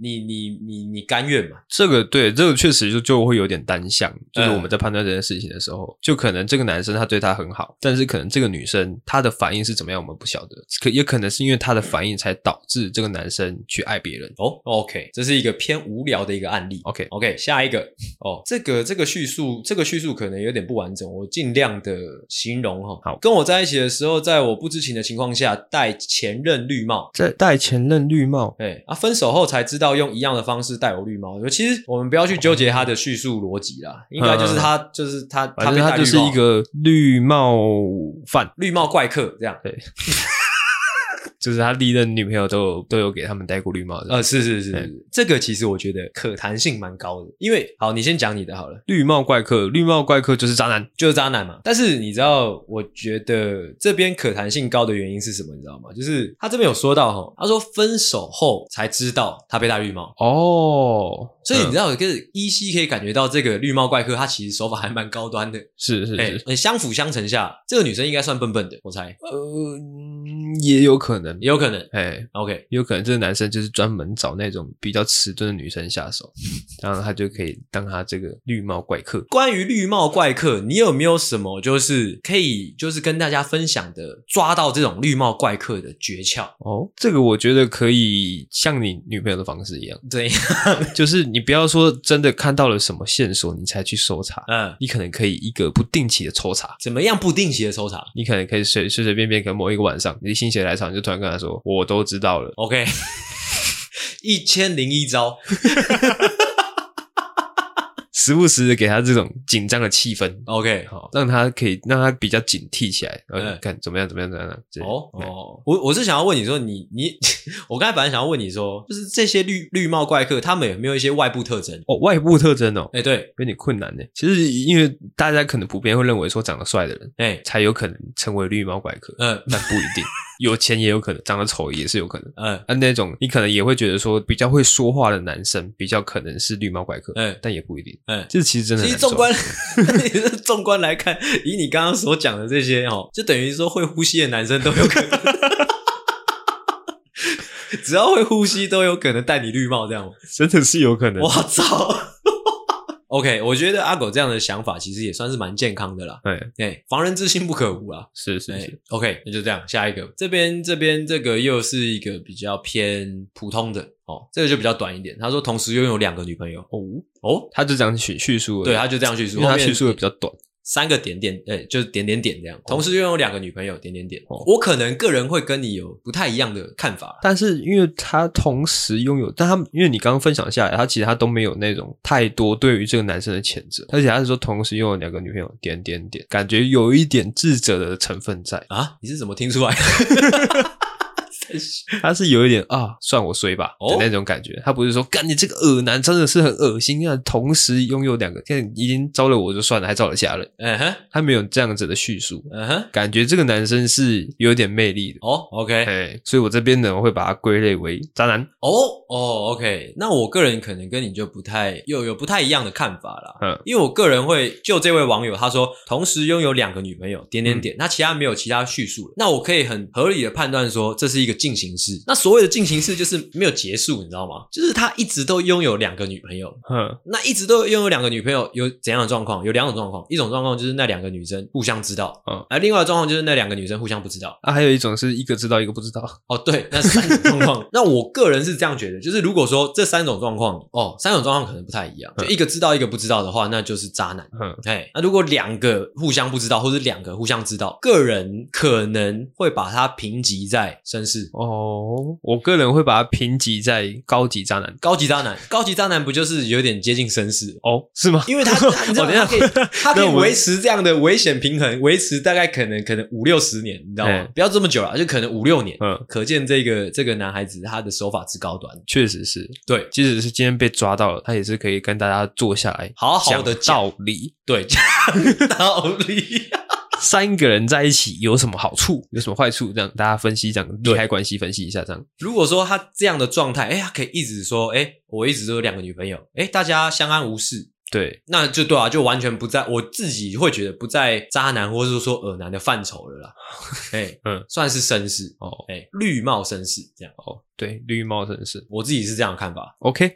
S1: 你你你你甘愿嘛，
S2: 这个对这个确实就就会有点单向，就是
S1: 嗯
S2: 我们在判断这件事情的时候，就可能这个男生他对她很好，但是可能这个女生她的反应是怎么样，我们不晓得，可也可能是因为她的反应才导致这个男生去爱别人。
S1: 哦，OK，这是一个偏无聊的一个案例。
S2: OK，
S1: OK，下一个哦，这个这个叙述，这个叙述可能有点不完整，我尽量的形容哈、哦。
S2: 好
S1: 跟我在一起的时候，在我不知情的情况下戴前任绿帽。
S2: 在戴前任绿帽，
S1: 哎啊，分手后才知道用一样的方式戴我绿帽。其实我们不要去纠结他的叙述逻辑啦，应该就是他、就是他，嗯他
S2: 反
S1: 被
S2: 正
S1: 戴
S2: 他就是
S1: 绿帽
S2: 一个绿帽犯，
S1: 绿帽怪客这样。
S2: 就是他历任女朋友都有都有给他们戴过绿帽的。
S1: 呃，是是是，
S2: 哎
S1: 是这个其实我觉得可弹性蛮高的，因为好，你先讲你的好了。
S2: 绿帽怪客，绿帽怪客就是渣男。
S1: 就是渣男嘛。但是你知道，我觉得这边可弹性高的原因是什么？你知道吗？就是他这边有说到哈，他说分手后才知道他被戴绿帽，
S2: 哦，
S1: 所以你
S2: 嗯
S1: 知道，可是依稀可以感觉到这个绿帽怪客他其实手法还蛮高端的。
S2: 是是
S1: 哎、
S2: 是，
S1: 哎相辅相成下，这个女生应该算笨笨的，我猜
S2: 呃，嗯也有可能，
S1: 也有可能。
S2: 哎，
S1: OK，
S2: 有可能这个男生就是专门找那种比较迟钝的女生下 <laughs> 手，然后他就可以当他这个绿帽怪客。
S1: 关于绿帽怪客，你有没有什么就是可以就是跟大家分享的抓到这种绿帽怪客的诀窍？
S2: 哦，这个我觉得可以像你女朋友的方式一样， <laughs>
S1: 怎样？
S2: 就是你不要说真的看到了什么线索你才去搜查，
S1: 嗯，
S2: 你可能可以一个不定期的抽查。
S1: 怎么样不定期的抽查
S2: 你可能可以随随随便便，可能某一个晚上，你心血来潮，你就突然跟他说：“我都知道了。
S1: ？OK，一千零一招。”
S2: 时不时的给他这种紧张的气氛，
S1: OK，哦
S2: 好，让他可以让他比较警惕起来，
S1: 嗯
S2: 呃，看怎么样怎么样怎么样。这样
S1: 哦
S2: 对
S1: 哦，我我是想要问你说，你你， <laughs> 我刚才本来想要问你说，就是这些绿绿帽怪客，他们有没有一些外部特征？
S2: 哦，外部特征哦，
S1: 哎、对，
S2: 有点困难呢。其实，因为大家可能普遍会认为说长得帅的人
S1: 哎、
S2: 才有可能成为绿帽怪客，
S1: 嗯
S2: 但不一定， <laughs> 有钱也有可能，长得丑也是有可能。
S1: 嗯
S2: 啊，那种你可能也会觉得说比较会说话的男生比较可能是绿帽怪客，
S1: 嗯
S2: 但也不一定。
S1: 嗯，
S2: 这其实真的
S1: 其
S2: 很
S1: 实
S2: 难说，
S1: 纵观， <laughs> 纵观来看，以你刚刚所讲的这些哦，就等于说会呼吸的男生都有可能， <laughs> 只要会呼吸都有可能戴你绿帽这样。
S2: <laughs> 真的是有可能
S1: 我。操！OK，我觉得阿狗这样的想法其实也算是蛮健康的啦。
S2: 对，
S1: 哎、防人之心不可无啊。
S2: 是是
S1: 对
S2: 是，
S1: o k 那就这样，下一个这边这边这个又是一个比较偏普通的哦，这个就比较短一点。他说同时拥有两个女朋友
S2: 哦，
S1: 哦，
S2: 他就这样叙叙述而已，
S1: 对，他就这样叙述，
S2: 因为他
S1: 后面
S2: 叙述的比较短。
S1: 三个点点，哎、就是点点点这样，同时拥有两个女朋友，点点点。
S2: 哦
S1: 我可能个人会跟你有不太一样的看法，
S2: 但是因为他同时拥有，但他因为你刚刚分享下来，他其实他都没有那种太多对于这个男生的谴责，而且他是说同时拥有两个女朋友，点点点，感觉有一点智者的成分在，
S1: 啊，你是怎么听出来的？ <laughs>
S2: 他是有一点啊，算我衰吧
S1: 哦
S2: 的那种感觉，他不是说干你这个恶男真的是很恶心啊，同时拥有两个，现在已经招了我就算了，还招了家人，
S1: 嗯哼，
S2: 他没有这样子的叙述，
S1: 嗯哼，
S2: 感觉这个男生是有点魅力的。
S1: 哦，OK，
S2: 哎，所以我这边呢，我会把它归类为渣男。
S1: 哦哦，OK，那我个人可能跟你就不太又有不太一样的看法啦。
S2: 嗯
S1: 因为我个人会就这位网友他说，同时拥有两个女朋友，点点
S2: 嗯
S1: 点，那其他没有其他叙述了。那我可以很合理的判断说，这是一个进行式。那所谓的进行式就是没有结束，你知道吗？就是他一直都拥有两个女朋友，
S2: 哼，
S1: 那一直都拥有两个女朋友，有怎样的状况？有两种状况，一种状况就是那两个女生互相知道，
S2: 嗯，
S1: 而另外的状况就是那两个女生互相不知道。
S2: 啊，还有一种是一个知道一个不知道。
S1: 哦，对，那三种状
S2: <laughs>
S1: 况，那我个人是这样觉得，就是如果说这三种状况，哦，三种状况可能不太一样，就一个知道一个不知道的话，那就是渣男。
S2: 嗯，
S1: 哎，那如果两个互相不知道，或者两个互相知道，个人可能会把它评级在绅士、
S2: 哦，我个人会把它评级在高级渣男。
S1: 高级渣男。高级渣男不就是有点接近绅士？
S2: 哦，是吗？
S1: 因为
S2: <laughs>
S1: 他，他你知道
S2: 哦
S1: 吗
S2: 等一下
S1: 他可以，他可
S2: 那
S1: 以
S2: 我们
S1: 维持这样的危险平衡，维持大概可能可能五六十年，你知道吗
S2: 哎？
S1: 不要这么久了，就可能五六年。
S2: <laughs> 嗯，
S1: 可见这个这个男孩子他的手法之高端，
S2: 确实是，
S1: 对，
S2: 即使是今天被抓到了，他也是可以跟大家坐下来
S1: 好好的
S2: 讲道理。
S1: 对，讲道理。 <laughs>
S2: 三个人在一起有什么好处，有什么坏处？这样大家分析，这样利害关系分析一下，这样
S1: 如果说他这样的状态，哎，他可以一直说，哎，我一直都有两个女朋友，哎，大家相安无事，
S2: 对，
S1: 那就对啊，就完全不在我自己会觉得不在渣男或是说耳男的范畴了啦。哎，
S2: <laughs> 嗯，
S1: 算是绅士，
S2: 哦
S1: 哎，绿帽绅士这样，
S2: 哦，对，绿帽绅士
S1: 我自己是这样的看法。
S2: ，OK，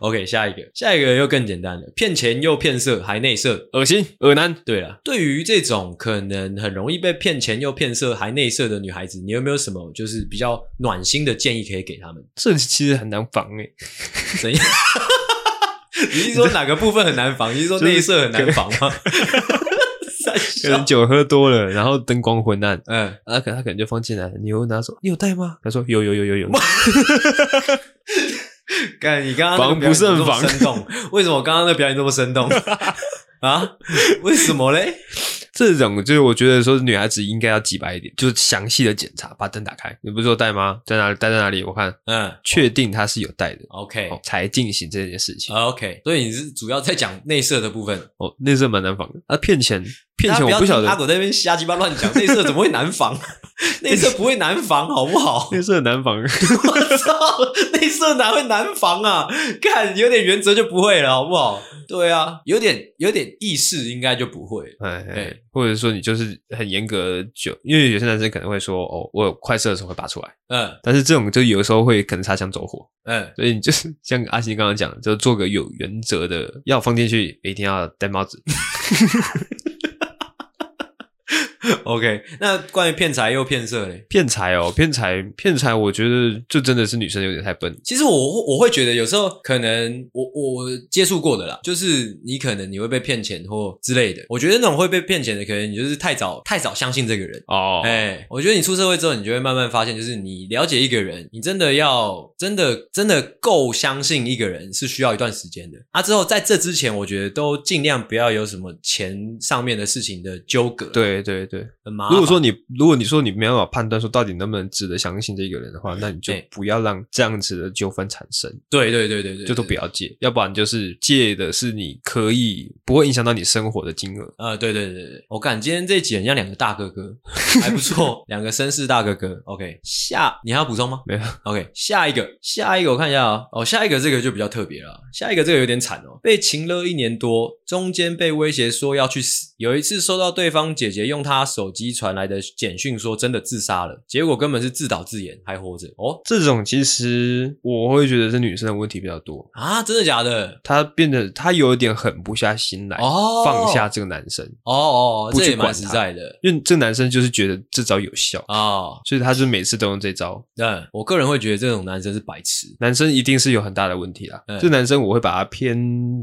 S1: OK，下一个，下一个又更简单了，骗钱又骗色还内射，
S2: 恶心，恶男，
S1: 对了，对于这种可能很容易被骗钱又骗色还内射的女孩子，你有没有什么就是比较暖心的建议可以给她们？ <laughs>
S2: 这其实很难防欸诶，
S1: 怎样？你是说哪个部分很难防？你是说内射很难防吗？ <laughs> 三
S2: 可
S1: 小
S2: 能酒喝多了，然后灯光昏暗，
S1: 嗯，
S2: 啊，可他可能就放进来，你又问他说你有带吗？他说有有有有有，
S1: 干你刚刚那个
S2: 防不
S1: 表
S2: 胜
S1: 演
S2: 防
S1: 这么生动，为什么我刚刚的表演这么
S2: <laughs>
S1: 生动啊？为什么嘞？
S2: 这种就是我觉得说女孩子应该要几白一点，就是详细的检查，把灯打开，你不是说带吗？在哪里？带在哪里？我看
S1: 嗯
S2: 确定她是有带的，
S1: ，OK
S2: 哦才进行这件事情。
S1: 啊 OK，所以你是主要在讲内射的部分。
S2: 哦，那是蛮难防的。啊，骗钱，骗钱
S1: 大家
S2: 我
S1: 不
S2: 不晓
S1: 要听阿
S2: 得，
S1: 狗在那边瞎鸡巴乱讲，内射怎么会难
S2: <laughs>
S1: 防？内射不会难防，好不好？
S2: 那是很难防。
S1: 我操，内射哪会难防啊？看有点原则就不会了，好不好？对啊，有点有点意识应该就不会。
S2: 哎，哎
S1: 哎
S2: 或者说你就是很严格的就，因为有些男生可能会说，哦，我有快射的时候会拔出来，
S1: 嗯
S2: 但是这种就有时候会可能擦枪走火， <laughs>
S1: 嗯，
S2: 所以你就是像阿星刚刚讲的，就做个有原则的，要放进去一定要戴帽子。
S1: OK，那关于骗财又骗色嘞？
S2: 骗财哦，骗财，骗财，我觉得就真的是女生有点太笨。
S1: 其实我我会觉得有时候可能我我接触过的啦，就是你可能你会被骗钱或之类的。我觉得那种会被骗钱的，可能你就是太早太早相信这个人。
S2: 哦，
S1: 哎、我觉得你出社会之后，你就会慢慢发现，就是你了解一个人，你真的要真的真的够相信一个人是需要一段时间的。啊，之后在这之前，我觉得都尽量不要有什么钱上面的事情的纠葛，，
S2: 对对对，
S1: 很麻烦。
S2: 如果说你如果你说你没办法判断说到底能不能值得相信这个人的话，那你就
S1: 哎
S2: 不要让这样子的纠纷产生，
S1: 对对对对对，
S2: 就都不
S1: 对。
S2: 要借，要不然就是借的是你可以不会影响到你生活的金额。
S1: 呃，对对对对，我感今天这一集很像两个大哥
S2: <laughs>
S1: 哥，还不错，两个绅士大哥哥。OK，下你还要补充吗？
S2: 没有，
S1: OK，下一个，下一个我看一下啊、哦，下一个这个就比较特别了，下一个这个有点惨哦，被情勒一年多，中间被威胁说要去死。有一次收到对方姐姐用她手机传来的简讯，说真的自杀了，结果根本是自导自演，还活着哦
S2: <laughs> 这种其实我会觉得是女生的问题比较多，
S1: 啊，真的假的？
S2: 她变得她有一点狠不下心来、
S1: 哦，
S2: 哎放下这个男生，
S1: 哦哦，
S2: 不
S1: 这
S2: 去
S1: 也蛮
S2: 管
S1: 实
S2: 他
S1: 在的
S2: 因为这个男生就是觉得这招有效，
S1: 哦。
S2: 所以他就每次都用这招。
S1: 嗯，我个人会觉得这种男生是白痴，
S2: 男生一定是有很大的问题啦
S1: 嗯，
S2: 这男生我会把他偏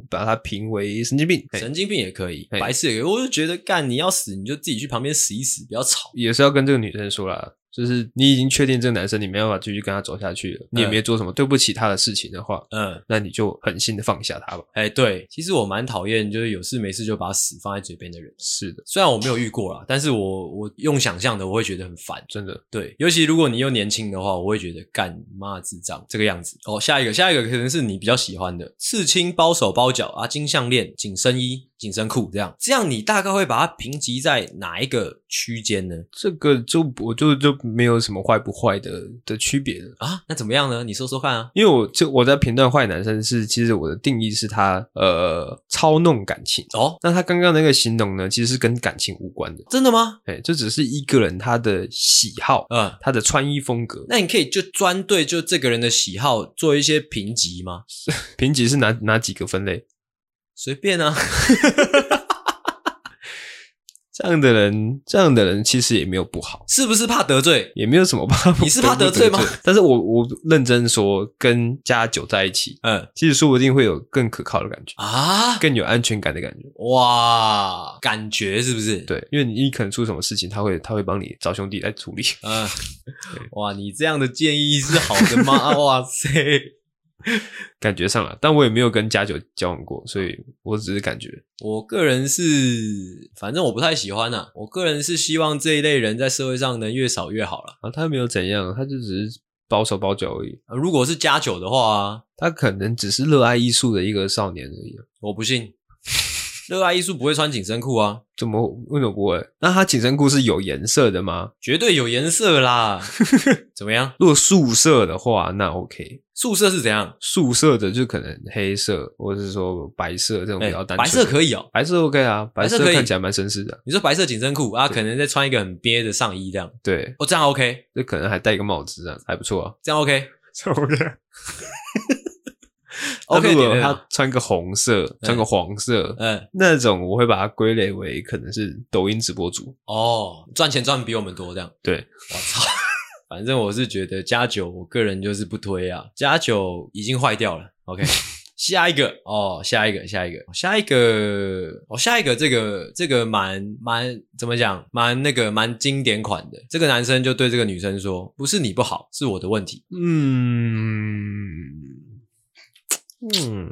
S2: 把他评为神经病，嘿
S1: 神经病也可以，
S2: 嘿
S1: 白痴也可以。我就觉得干，你要死你就自己去旁边死一死，不要吵。
S2: 也是要跟这个女生说啦，就是你已经确定这个男生你没办法继续跟他走下去了，你也没做什么对不起他的事情的话，
S1: 嗯，
S2: 那你就狠心的放下他吧。
S1: 哎、对，其实我蛮讨厌就是有事没事就把死放在嘴边的人，
S2: 是的，
S1: 虽然我没有遇过啦，但是我我用想象的我会觉得很烦。
S2: 真的，
S1: 对，尤其如果你又年轻的话，我会觉得干妈智障这个样子。哦，下一个，下一个可能是你比较喜欢的刺青、包手、包脚啊，金项链、紧身衣、紧身裤这样，这样你大概会把它评级在哪一个区间呢？
S2: 这个就我就就没有什么坏不坏的的区别了。
S1: 啊，那怎么样呢？你说说看啊。
S2: 因为我就我在评断坏男生是，其实我的定义是他呃操弄感情。
S1: 哦，
S2: 那他刚刚那个形容呢，其实是跟感情无关的，
S1: 真的吗？
S2: 哎，这只是一个人他的喜好，
S1: 嗯，
S2: 他的穿衣风格。
S1: 那你可以就专对就这个人的喜好做一些评级吗？
S2: 评级是哪哪几个分类？
S1: 随便啊，
S2: 这样的人，这样的人其实也没有不好，
S1: 是不是怕得罪？
S2: 也没有什么怕。
S1: <laughs> 你是怕得罪吗？
S2: 但是我我认真说，跟家酒在一起，
S1: 嗯
S2: 其实说不定会有更可靠的感觉，
S1: 啊，
S2: 更有安全感的感觉。
S1: 哇，感觉是不是？，
S2: 对，因为你可能出什么事情，他会他会帮你找兄弟来处理。 <laughs>
S1: 嗯、哇，你这样的建议是好的吗？
S2: <laughs>
S1: 哇塞，
S2: 感觉上了，但我也没有跟家酒交往过，所以我只是感觉
S1: 我个人是，反正我不太喜欢啊。我个人是希望这一类人在社会上能越少越好了。
S2: 啊，他没有怎样，他就只是包手包脚而已。
S1: 呃如果是加酒的话啊，
S2: 他可能只是热爱艺术的一个少年而已。
S1: 我不信。热爱艺术不会穿紧身裤啊，
S2: 怎么为什么不会？那它紧身裤是有颜色的吗？
S1: 绝对有颜色
S2: <laughs>
S1: 啦。怎么样？
S2: 如果素色的话，那 OK。
S1: 宿舍是怎样？
S2: 素色的就可能黑色，或者是说白色这种比
S1: 哎
S2: 较单纯的、
S1: 白色可以哦。
S2: 白色 OK 啊，白
S1: 白色可以
S2: 看起来蛮绅士的。
S1: 你说白色紧身裤啊，可能再穿一个很憋的上衣这样，
S2: 对，
S1: 哦，这样 OK，
S2: 这可能还戴一个帽子啊，还不错啊。
S1: 这样 OK，OK、
S2: 是不是
S1: OK
S2: <laughs> 那如
S1: 点哎
S2: 果
S1: 的
S2: 他
S1: 啦。
S2: 穿个红色，穿个黄色，
S1: 嗯，
S2: 那种我会把它归类为可能是抖音直播主。
S1: 哦，赚钱赚比我们多这样。
S2: 对，
S1: 我操！ <laughs> 反正我是觉得加九，我个人就是不推啊，加九已经坏掉了。OK，下一 <laughs> 个哦，下一个，下一个，下一个，哦，下一个，这个这个蛮蛮怎么讲，蛮那个蛮经典款的。这个男生就对这个女生说：“不是你不好，是我的问题。
S2: 嗯嗯，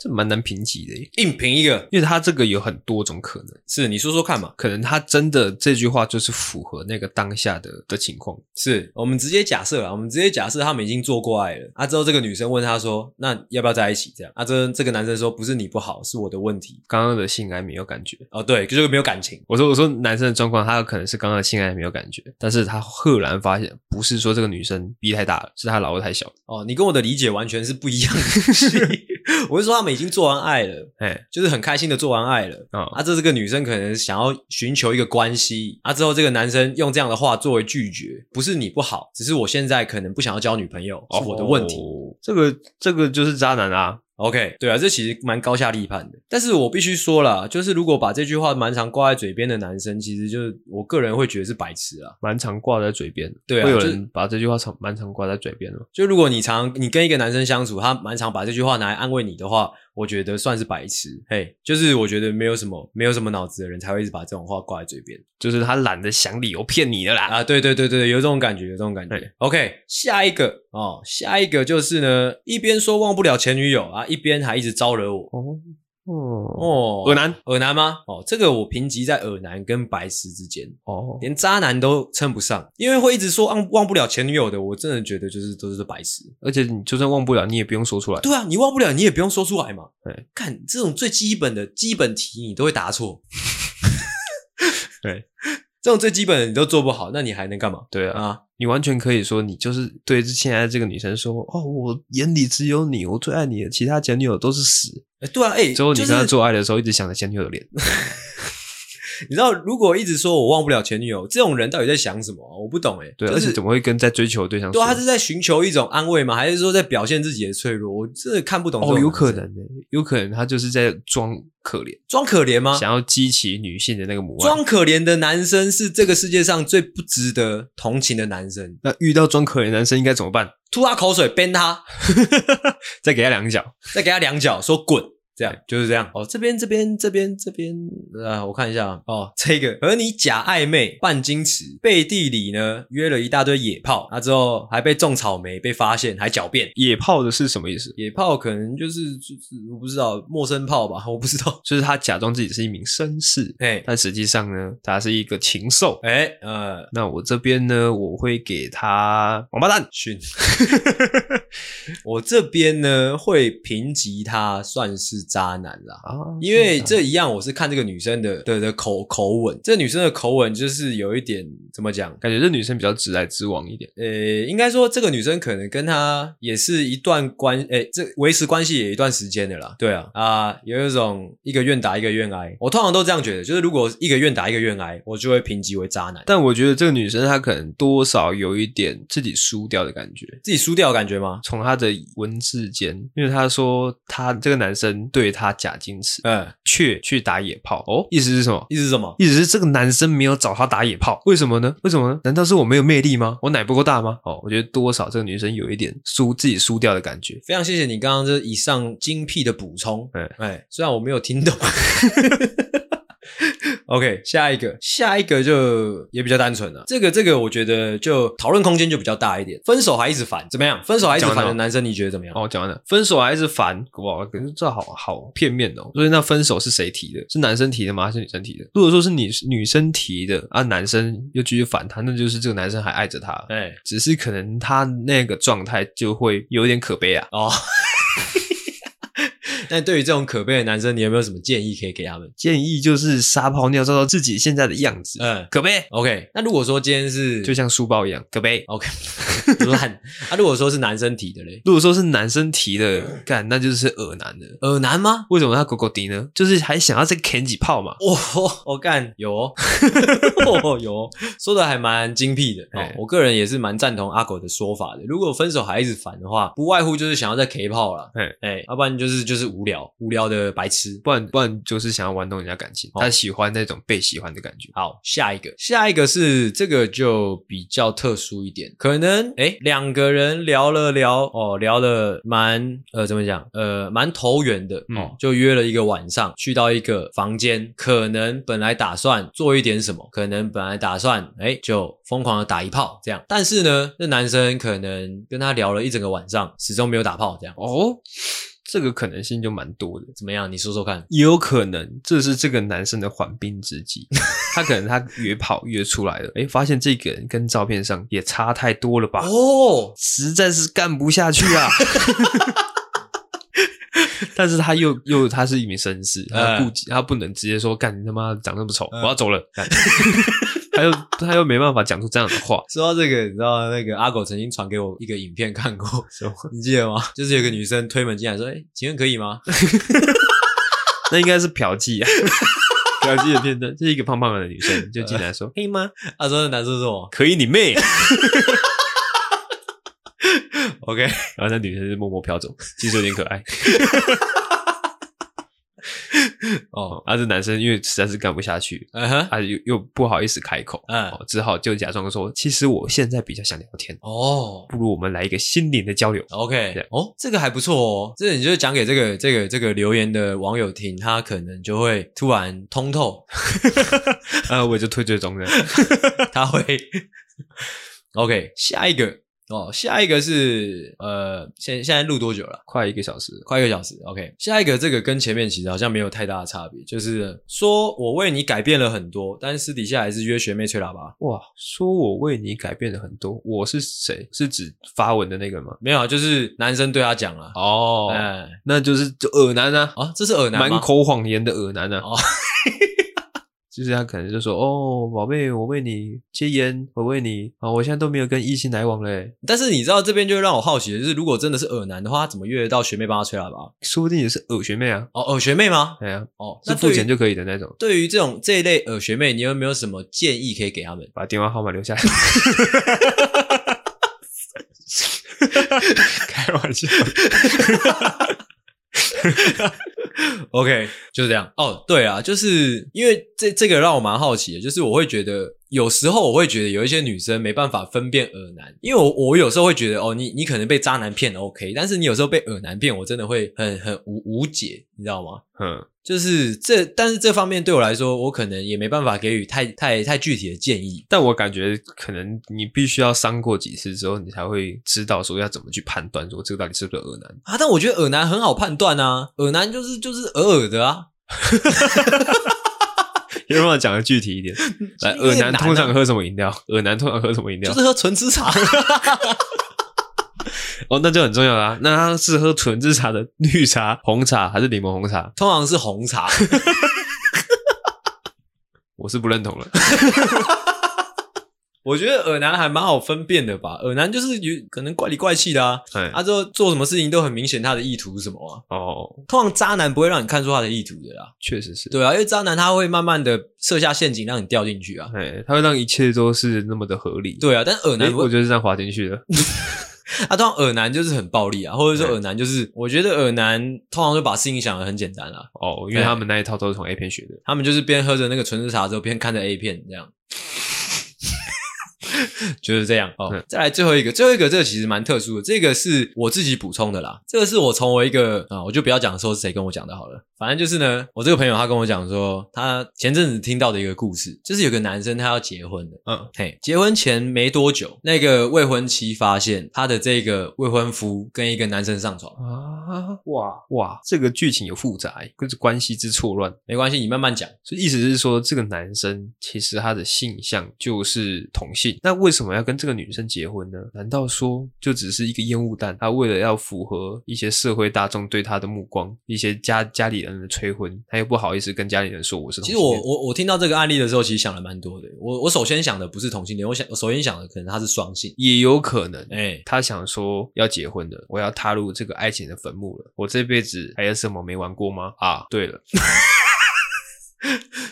S2: 这蛮难评级的耶”，
S1: 硬评一个，
S2: 因为他这个有很多种可能，
S1: 是你说说看嘛？
S2: 可能他真的这句话就是符合那个当下的的情况。
S1: 是我们直接假设啊，我们直接假设他们已经做过爱了啊。之后这个女生问他说：“那要不要在一起？”这样啊，这这个男生说：“不是你不好，是我的问题。
S2: 刚刚的性爱没有感觉，”
S1: 哦，对，就是没有感情。
S2: 我说我说男生的状况，他有可能是刚刚的性爱没有感觉，但是他赫然发现，不是说这个女生逼太大了，是他老婆太小了。
S1: 哦，你跟我的理解完全是不一样的东西。 <laughs> 我是说，他们已经做完爱了，
S2: 哎
S1: 就是很开心的做完爱了。
S2: 啊、
S1: 啊，这这个女生可能想要寻求一个关系，啊，之后这个男生用这样的话作为拒绝，不是你不好，只是我现在可能不想要交女朋友，是我的问题。
S2: 哦这个这个就是渣男啊，
S1: OK，对啊，这其实蛮高下立判的。但是我必须说啦，就是如果把这句话蛮常挂在嘴边的男生，其实就是我个人会觉得是白痴啊。
S2: 蛮常挂在嘴边的。
S1: 对啊
S2: 会有
S1: 就是
S2: 人把这句话常蛮常挂在嘴边的吗。
S1: 就如果你常你跟一个男生相处，他蛮常把这句话拿来安慰你的话，我觉得算是白痴。嘿，就是我觉得没有什么没有什么脑子的人才会一直把这种话挂在嘴边
S2: 就是他懒得想理由骗你的啦。
S1: 啊！对对对对，有这种感觉，有这种感
S2: 对
S1: 觉。OK，下一个哦，下一个就是呢，一边说忘不了前女友啊，一边还一直招惹我。
S2: 哦哦，
S1: 哦，
S2: 恶男
S1: 耳男吗？哦，这个我评级在耳男跟白痴之间，
S2: 哦，
S1: 连渣男都称不上，因为会一直说忘忘不了前女友的，我真的觉得就是都是白痴。
S2: 而且你就算忘不了，你也不用说出来。
S1: 对啊，你忘不了，你也不用说出来嘛
S2: 对。
S1: 看这种最基本的基本题，你都会答错。
S2: 对，
S1: 这种最基本的你都做不好，那你还能干嘛
S2: 对啊，
S1: 啊？
S2: 你完全可以说，你就是对现在这个女生说，哦，我眼里只有你，我最爱你的，其他前女友都是屎。
S1: 哎对啊，哎、
S2: 之后你
S1: 就
S2: 跟
S1: 是
S2: 他做爱的时候，一直想着前女友的脸。
S1: 你知道，如果一直说我忘不了前女友，这种人到底在想什么啊？我不懂哎、
S2: 对，
S1: 就
S2: 而
S1: 是
S2: 且怎么会跟在追求的对象
S1: 对
S2: 说？
S1: 啊，他是在寻求一种安慰吗？还是说在表现自己的脆弱？我真的看不懂这种
S2: 哦，
S1: 男
S2: 有
S1: 生。
S2: 可能呢、
S1: 欸
S2: 有可能他就是在装可怜，
S1: 装可怜吗？
S2: 想要激起女性的那个母爱。
S1: 啊装可怜的男生是这个世界上最不值得同情的男生，
S2: 那遇到装可怜的男生应该怎么办？
S1: 吐他口水，鞭他，
S2: 再给他两脚。
S1: 再给他两脚，说滚，这样就是这样。哦，这边这边这边这边，啊，我看一下啊哦，这个和你假暧昧，半矜持，背地里呢约了一大堆野炮，啊之后还被种草莓被发现，还狡辩。
S2: 野炮的是什么意思？
S1: 野炮可能就是就是我不知道陌生炮吧，我不知 <laughs> 道。
S2: 就是他假装自己是一名绅士，
S1: 哎
S2: 但实际上呢，他是一个禽兽。
S1: 哎呃，
S2: 那我这边呢，我会给他王八蛋。
S1: 训。 <laughs> 我这边呢会评级他算是渣男啦。
S2: 啊，
S1: 因为这一样，我是看这个女生的的的口口吻，这女生的口吻就是有一点怎么讲，
S2: 感觉这女生比较直来直往一点。
S1: 呃，应该说这个女生可能跟他也是一段关，诶、这维持关系也一段时间的啦。对啊，啊、有一种一个愿打一个愿挨，我通常都这样觉得，就是如果一个愿打一个愿挨，我就会评级为渣男，
S2: 但我觉得这个女生她可能多少有一点自己输掉的感觉。
S1: 自己输掉的感觉吗？
S2: 从她的文字间，因为她说她这个男生对她假矜持，
S1: 嗯，
S2: 却去打野炮。哦，意思是什么？
S1: 意思是什么？
S2: 意思是这个男生没有找她打野炮，为什么呢？为什么呢？难道是我没有魅力吗？我奶不够大吗？哦，我觉得多少这个女生有一点输自己输掉的感觉。
S1: 非常谢谢你刚刚这以上精辟的补充。
S2: 嗯
S1: 哎、虽然我没有听懂。OK，下一个，下一个就也比较单纯了、这个这个，我觉得就讨论空间就比较大一点。分手还一直烦，怎么样？分手还一直
S2: 讲
S1: 烦的
S2: 完了
S1: 男生，你觉得怎么样？
S2: 哦，讲完了，分手还是烦，哇，可是这好好片面哦。所以那分手是谁提的？是男生提的吗？还是女生提的？如果说是女女生提的，啊，男生又继续烦她，那就是这个男生还爱着她，
S1: 哎、
S2: 只是可能他那个状态就会有点可悲啊。
S1: 哦， <laughs> 但对于这种可悲的男生，你有没有什么建议可以给他们？
S2: 建议就是撒泡尿照照自己现在的样子，
S1: 嗯
S2: 呃可悲，
S1: ，OK。那如果说今天是
S2: 就像书包一样可悲。
S1: OK <laughs> 烂，那如果说是男生提的嘞，
S2: 如果说是男生提的，干那就是恶男的。
S1: 耳男吗？
S2: 为什么他狗狗迪呢？就是还想要再啃几炮嘛。
S1: 哇、哦， <laughs> 我、干有哦， <laughs> 哦有哦，说的还蛮精辟的、哦
S2: 哎。
S1: 我个人也是蛮赞同阿狗的说法的。如果分手还一直烦的话，不外乎就是想要再 K 炮了，
S2: 哎
S1: 哎，要不然就是就是无聊，无聊的白痴。
S2: 不然不然就是想要玩弄人家感情，
S1: 哦
S2: 他喜欢那种被喜欢的感觉。
S1: 好，下一个，下一个是这个就比较特殊一点，可能诶两个人聊了聊哦，聊的蛮呃怎么讲呃蛮投缘的、
S2: 嗯
S1: 哦，就约了一个晚上，去到一个房间，可能本来打算做一点什么，可能本来打算诶就疯狂的打一炮这样，但是呢，那男生可能跟他聊了一整个晚上，始终没有打炮这样，
S2: 哦，这个可能性就蛮多的。
S1: 怎么样？你说说看。
S2: 也有可能这是这个男生的缓兵之
S1: <laughs>
S2: 计，他可能他约跑约出来了，诶，发现这个人跟照片上也差太多了吧，
S1: 哦，
S2: 实在是干不下去啊。 <laughs> 但是他又又他是一名绅士，他
S1: 嗯
S2: 顾及他不能直接说干你他妈长那么丑，
S1: 嗯
S2: 我要走了。
S1: <laughs>
S2: 干他又他又没办法讲出这样的话，
S1: 说到这个，你知道那个阿狗曾经传给我一个影片看过，你记得吗？就是有个女生推门进来说：“哎、请问可以吗 <laughs>
S2: 那应该是嫖妓啊， <laughs> 嫖妓的片段，就是一个胖胖的女生就进来说，可以吗？？”
S1: 他说：“那男生是我。
S2: 可以你妹！
S1: ”OK，
S2: 然后那女生就默默飘走，其实有点可爱。
S1: 哦，
S2: 啊，这男生因为实在是干不下去，
S1: 嗯哼，
S2: 啊，又又不好意思开口，
S1: 嗯
S2: 哦，只好就假装说，其实我现在比较想聊天，
S1: 哦
S2: 不如我们来一个心灵的交流。
S1: ，OK，
S2: 对
S1: 哦，这个还不错哦。这个你就讲给这个这个这个留言的网友听，他可能就会突然通透， <laughs>
S2: 啊，我就推最终的，
S1: 他会 <laughs> OK。下一个哦，下一个是呃，现现在录多久了？
S2: 快一个小时了，
S1: 快一个小时，OK。下一个这个跟前面其实好像没有太大的差别，就是说我为你改变了很多，但是私底下还是约学妹吹喇叭。
S2: 哇，说我为你改变了很多，我是谁？是指发文的那个吗？
S1: 没有啊，就是男生对他讲啊，
S2: 哦
S1: 哎、
S2: 那就是就耳男啊，
S1: 啊，这是耳男
S2: 满
S1: 吗？
S2: 口谎言的耳男啊。
S1: 哦
S2: <laughs> 就是他可能就说：“哦，宝贝，我为你戒烟，我为你啊，我现在都没有跟异性来往嘞，
S1: 但是你知道这边就让我好奇的就是，如果真的是耳男的话，他怎么约得到学妹帮他吹喇叭？
S2: 说不定也是耳学妹啊，
S1: 哦，耳学妹吗？
S2: 哎呀，
S1: 哦，
S2: 是
S1: 那对
S2: 付
S1: 于
S2: 钱就可以的那种，
S1: 对于这种这一类耳学妹，你有没有什么建议可以给他们？
S2: 把电话号码留
S1: <laughs>
S2: 下来。”开玩笑，
S1: OK，就是这样。哦，对啊，就是因为这这个让我蛮好奇的，就是我会觉得有时候我会觉得有一些女生没办法分辨耳男，因为我我有时候会觉得哦，你你可能被渣男骗 OK，但是你有时候被耳男骗，我真的会很很无无解，你知道吗？
S2: <laughs> 嗯，
S1: 就是这，但是这方面对我来说，我可能也没办法给予太太太具体的建议。
S2: 但我感觉可能你必须要伤过几次之后，你才会知道说要怎么去判断说这个到底是不是
S1: <laughs>
S2: 耳男。
S1: 啊，但我觉得耳男很好判断啊，耳男就是就是耳耳的啊，
S2: 要让我讲的具体一点，来，
S1: 就是有
S2: 嗯耳
S1: 点
S2: 男
S1: 难啊
S2: 通常喝什么饮料？耳男通常喝什么饮料
S1: 就？是喝纯吃茶。 <laughs>
S2: 哦，那就很重要啦、那他是喝纯制茶的绿茶、红茶还是柠檬红茶？
S1: 通常是红茶。
S2: 我是不认同了。
S1: 我觉得耳男还蛮好分辨的吧，耳男就是有可能怪里怪气的啊，
S2: <laughs> 哎，
S1: 啊之后做什么事情都很明显他的意图是什么啊。
S2: 哦，
S1: 通常渣男不会让你看出他的意图的啦，
S2: 确实是。
S1: 对啊，因为渣男他会慢慢的设下陷阱让你掉进去啊。
S2: 哎，他会让一切都是那么的合理。
S1: 对啊，但耳
S2: 哎，
S1: 男不
S2: 我
S1: 会，
S2: 就是这样滑进去的。
S1: 啊，通常耳男就是很暴力啊，或者说
S2: 对
S1: 耳男就是，我觉得耳男通常就把事情想的很简单啊，
S2: 哦，因为他们那一套都是从 A 片学的。
S1: 他们就是边喝着那个纯喫茶之后，边看着 A 片这样。 <laughs> 就是这样哦
S2: 嗯。
S1: 再来最后一个，最后一个这个其实蛮特殊的，这个是我自己补充的啦。这个是我从我一个啊、我就不要讲说是谁跟我讲的好了。反正就是呢，我这个朋友他跟我讲说，他前阵子听到的一个故事，就是有个男生他要结婚的，
S2: 嗯，
S1: 嘿，结婚前没多久，那个未婚妻发现他的这个未婚夫跟一个男生上床，
S2: 啊，哇哇，这个剧情有复杂，欸就是关系之错乱。
S1: 没关系，你慢慢讲。
S2: 所以意思是说，这个男生其实他的性向就是同性，那为什么要跟这个女生结婚呢？难道说就只是一个烟雾弹？他为了要符合一些社会大众对他的目光，一些家家里人的催婚，他又不好意思跟家里人说我是同
S1: 其
S2: 性
S1: 实
S2: 恋。
S1: 我我我听到这个案例的时候，其实想了蛮多的。我我首先想的不是同性恋，我想我首先想的可能他是双性。
S2: 也有可能，
S1: 哎、
S2: 他想说要结婚了，我要踏入这个爱情的坟墓了。我这辈子还有什么没玩过吗？啊，对了，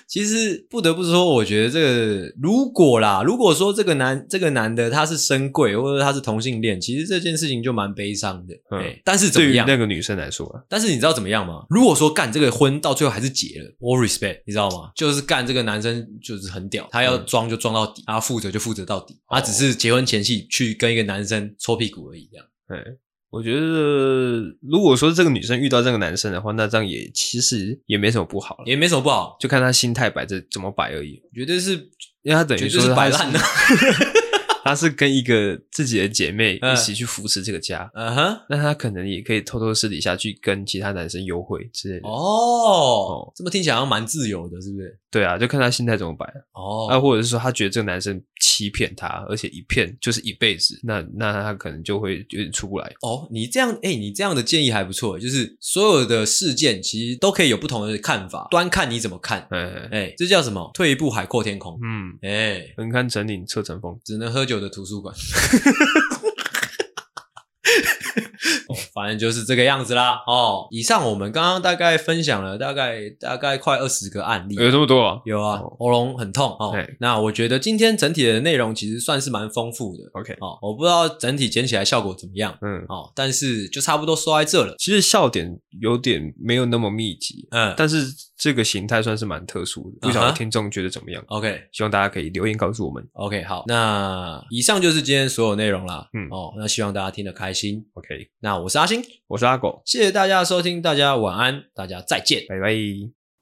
S1: 其实不得不说，我觉得这个如果啦，如果说这个男这个男的他是深贵，或者他是同性恋，其实这件事情就蛮悲伤的。
S2: 嗯
S1: 哎但是怎
S2: 对
S1: 么
S2: 于
S1: 样？
S2: 那个女生来说啊，
S1: 但是你知道怎么样吗？如果说干这个婚到最后还是结了，我 respect，你知道吗？就是干这个男生就是很屌，他要
S2: 嗯哦
S1: 装就装到底，他负责就负责到底，他只是结婚前戏去跟一个男生搓屁股而已，这样。
S2: 我觉得如果说这个女生遇到这个男生的话，那这样也其实也没什么不好了，
S1: 也没什么不好，
S2: 就看他心态摆这怎么摆而已。
S1: 绝对是
S2: 因为他等于
S1: 绝
S2: 说
S1: 对是
S2: 他
S1: 摆烂的。
S2: 他是跟一个自己的姐妹
S1: 嗯
S2: 一起去扶持这个家，
S1: <laughs> 嗯哼，
S2: 那他可能也可以偷偷私底下去跟其他男生约会之类的。
S1: 哦，这么听起来好像蛮自由的，是不是？
S2: 对啊，就看他心态怎么摆。
S1: 哦，
S2: 啊，或者是说他觉得这个男生欺骗他，而且一骗就是一辈子，那那他可能就会有点出不来。
S1: 哦，你这样，哎、你这样的建议还不错，就是所有的事件其实都可以有不同的看法，端看你怎么看。
S2: 嗯
S1: 哎、这叫什么？退一步海阔天空。
S2: 嗯，
S1: 哎、
S2: 横看成岭侧成峰。
S1: 只能喝酒的图书
S2: <laughs>
S1: 馆。哦反正就是这个样子啦。哦，以上我们刚刚大概分享了大概大概快二十个案例，
S2: 有这么多啊
S1: 有啊
S2: 哦，
S1: 喉咙很痛哦
S2: 对。
S1: 那我觉得今天整体的内容其实算是蛮丰富的
S2: ？OK，
S1: 哦。我不知道整体剪起来效果怎么样
S2: 嗯，
S1: 哦，但是就差不多说在这了。
S2: 其实笑点有点没有那么密集，
S1: 嗯
S2: 但是这个形态算是蛮特殊的，不晓
S3: 嗯
S1: 啊
S2: 得
S1: 哈
S2: 听众觉得怎么样？
S1: ，OK
S2: 希望大家可以留言告诉我们。
S1: OK，好，那以上就是今天所有内容啦。
S2: 嗯
S1: 哦，那希望大家听得开心。
S2: OK，
S1: 那我是阿星，
S2: 我是阿狗，
S1: 谢谢大家的收听，大家晚安，大家再见。
S2: 拜拜。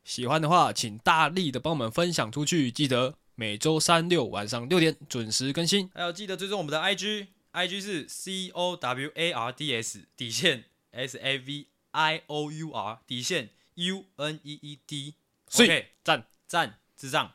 S3: 喜欢的话，请大力的帮我们分享出去。记得每周三六晚上六点准时更新。
S1: 还有记得追踪我们的 IG，IG 是 C O W A R D S 底线 S A V I O U R 底线 U N E E D。
S3: 所以
S1: OK，
S3: 赞
S1: 赞智障。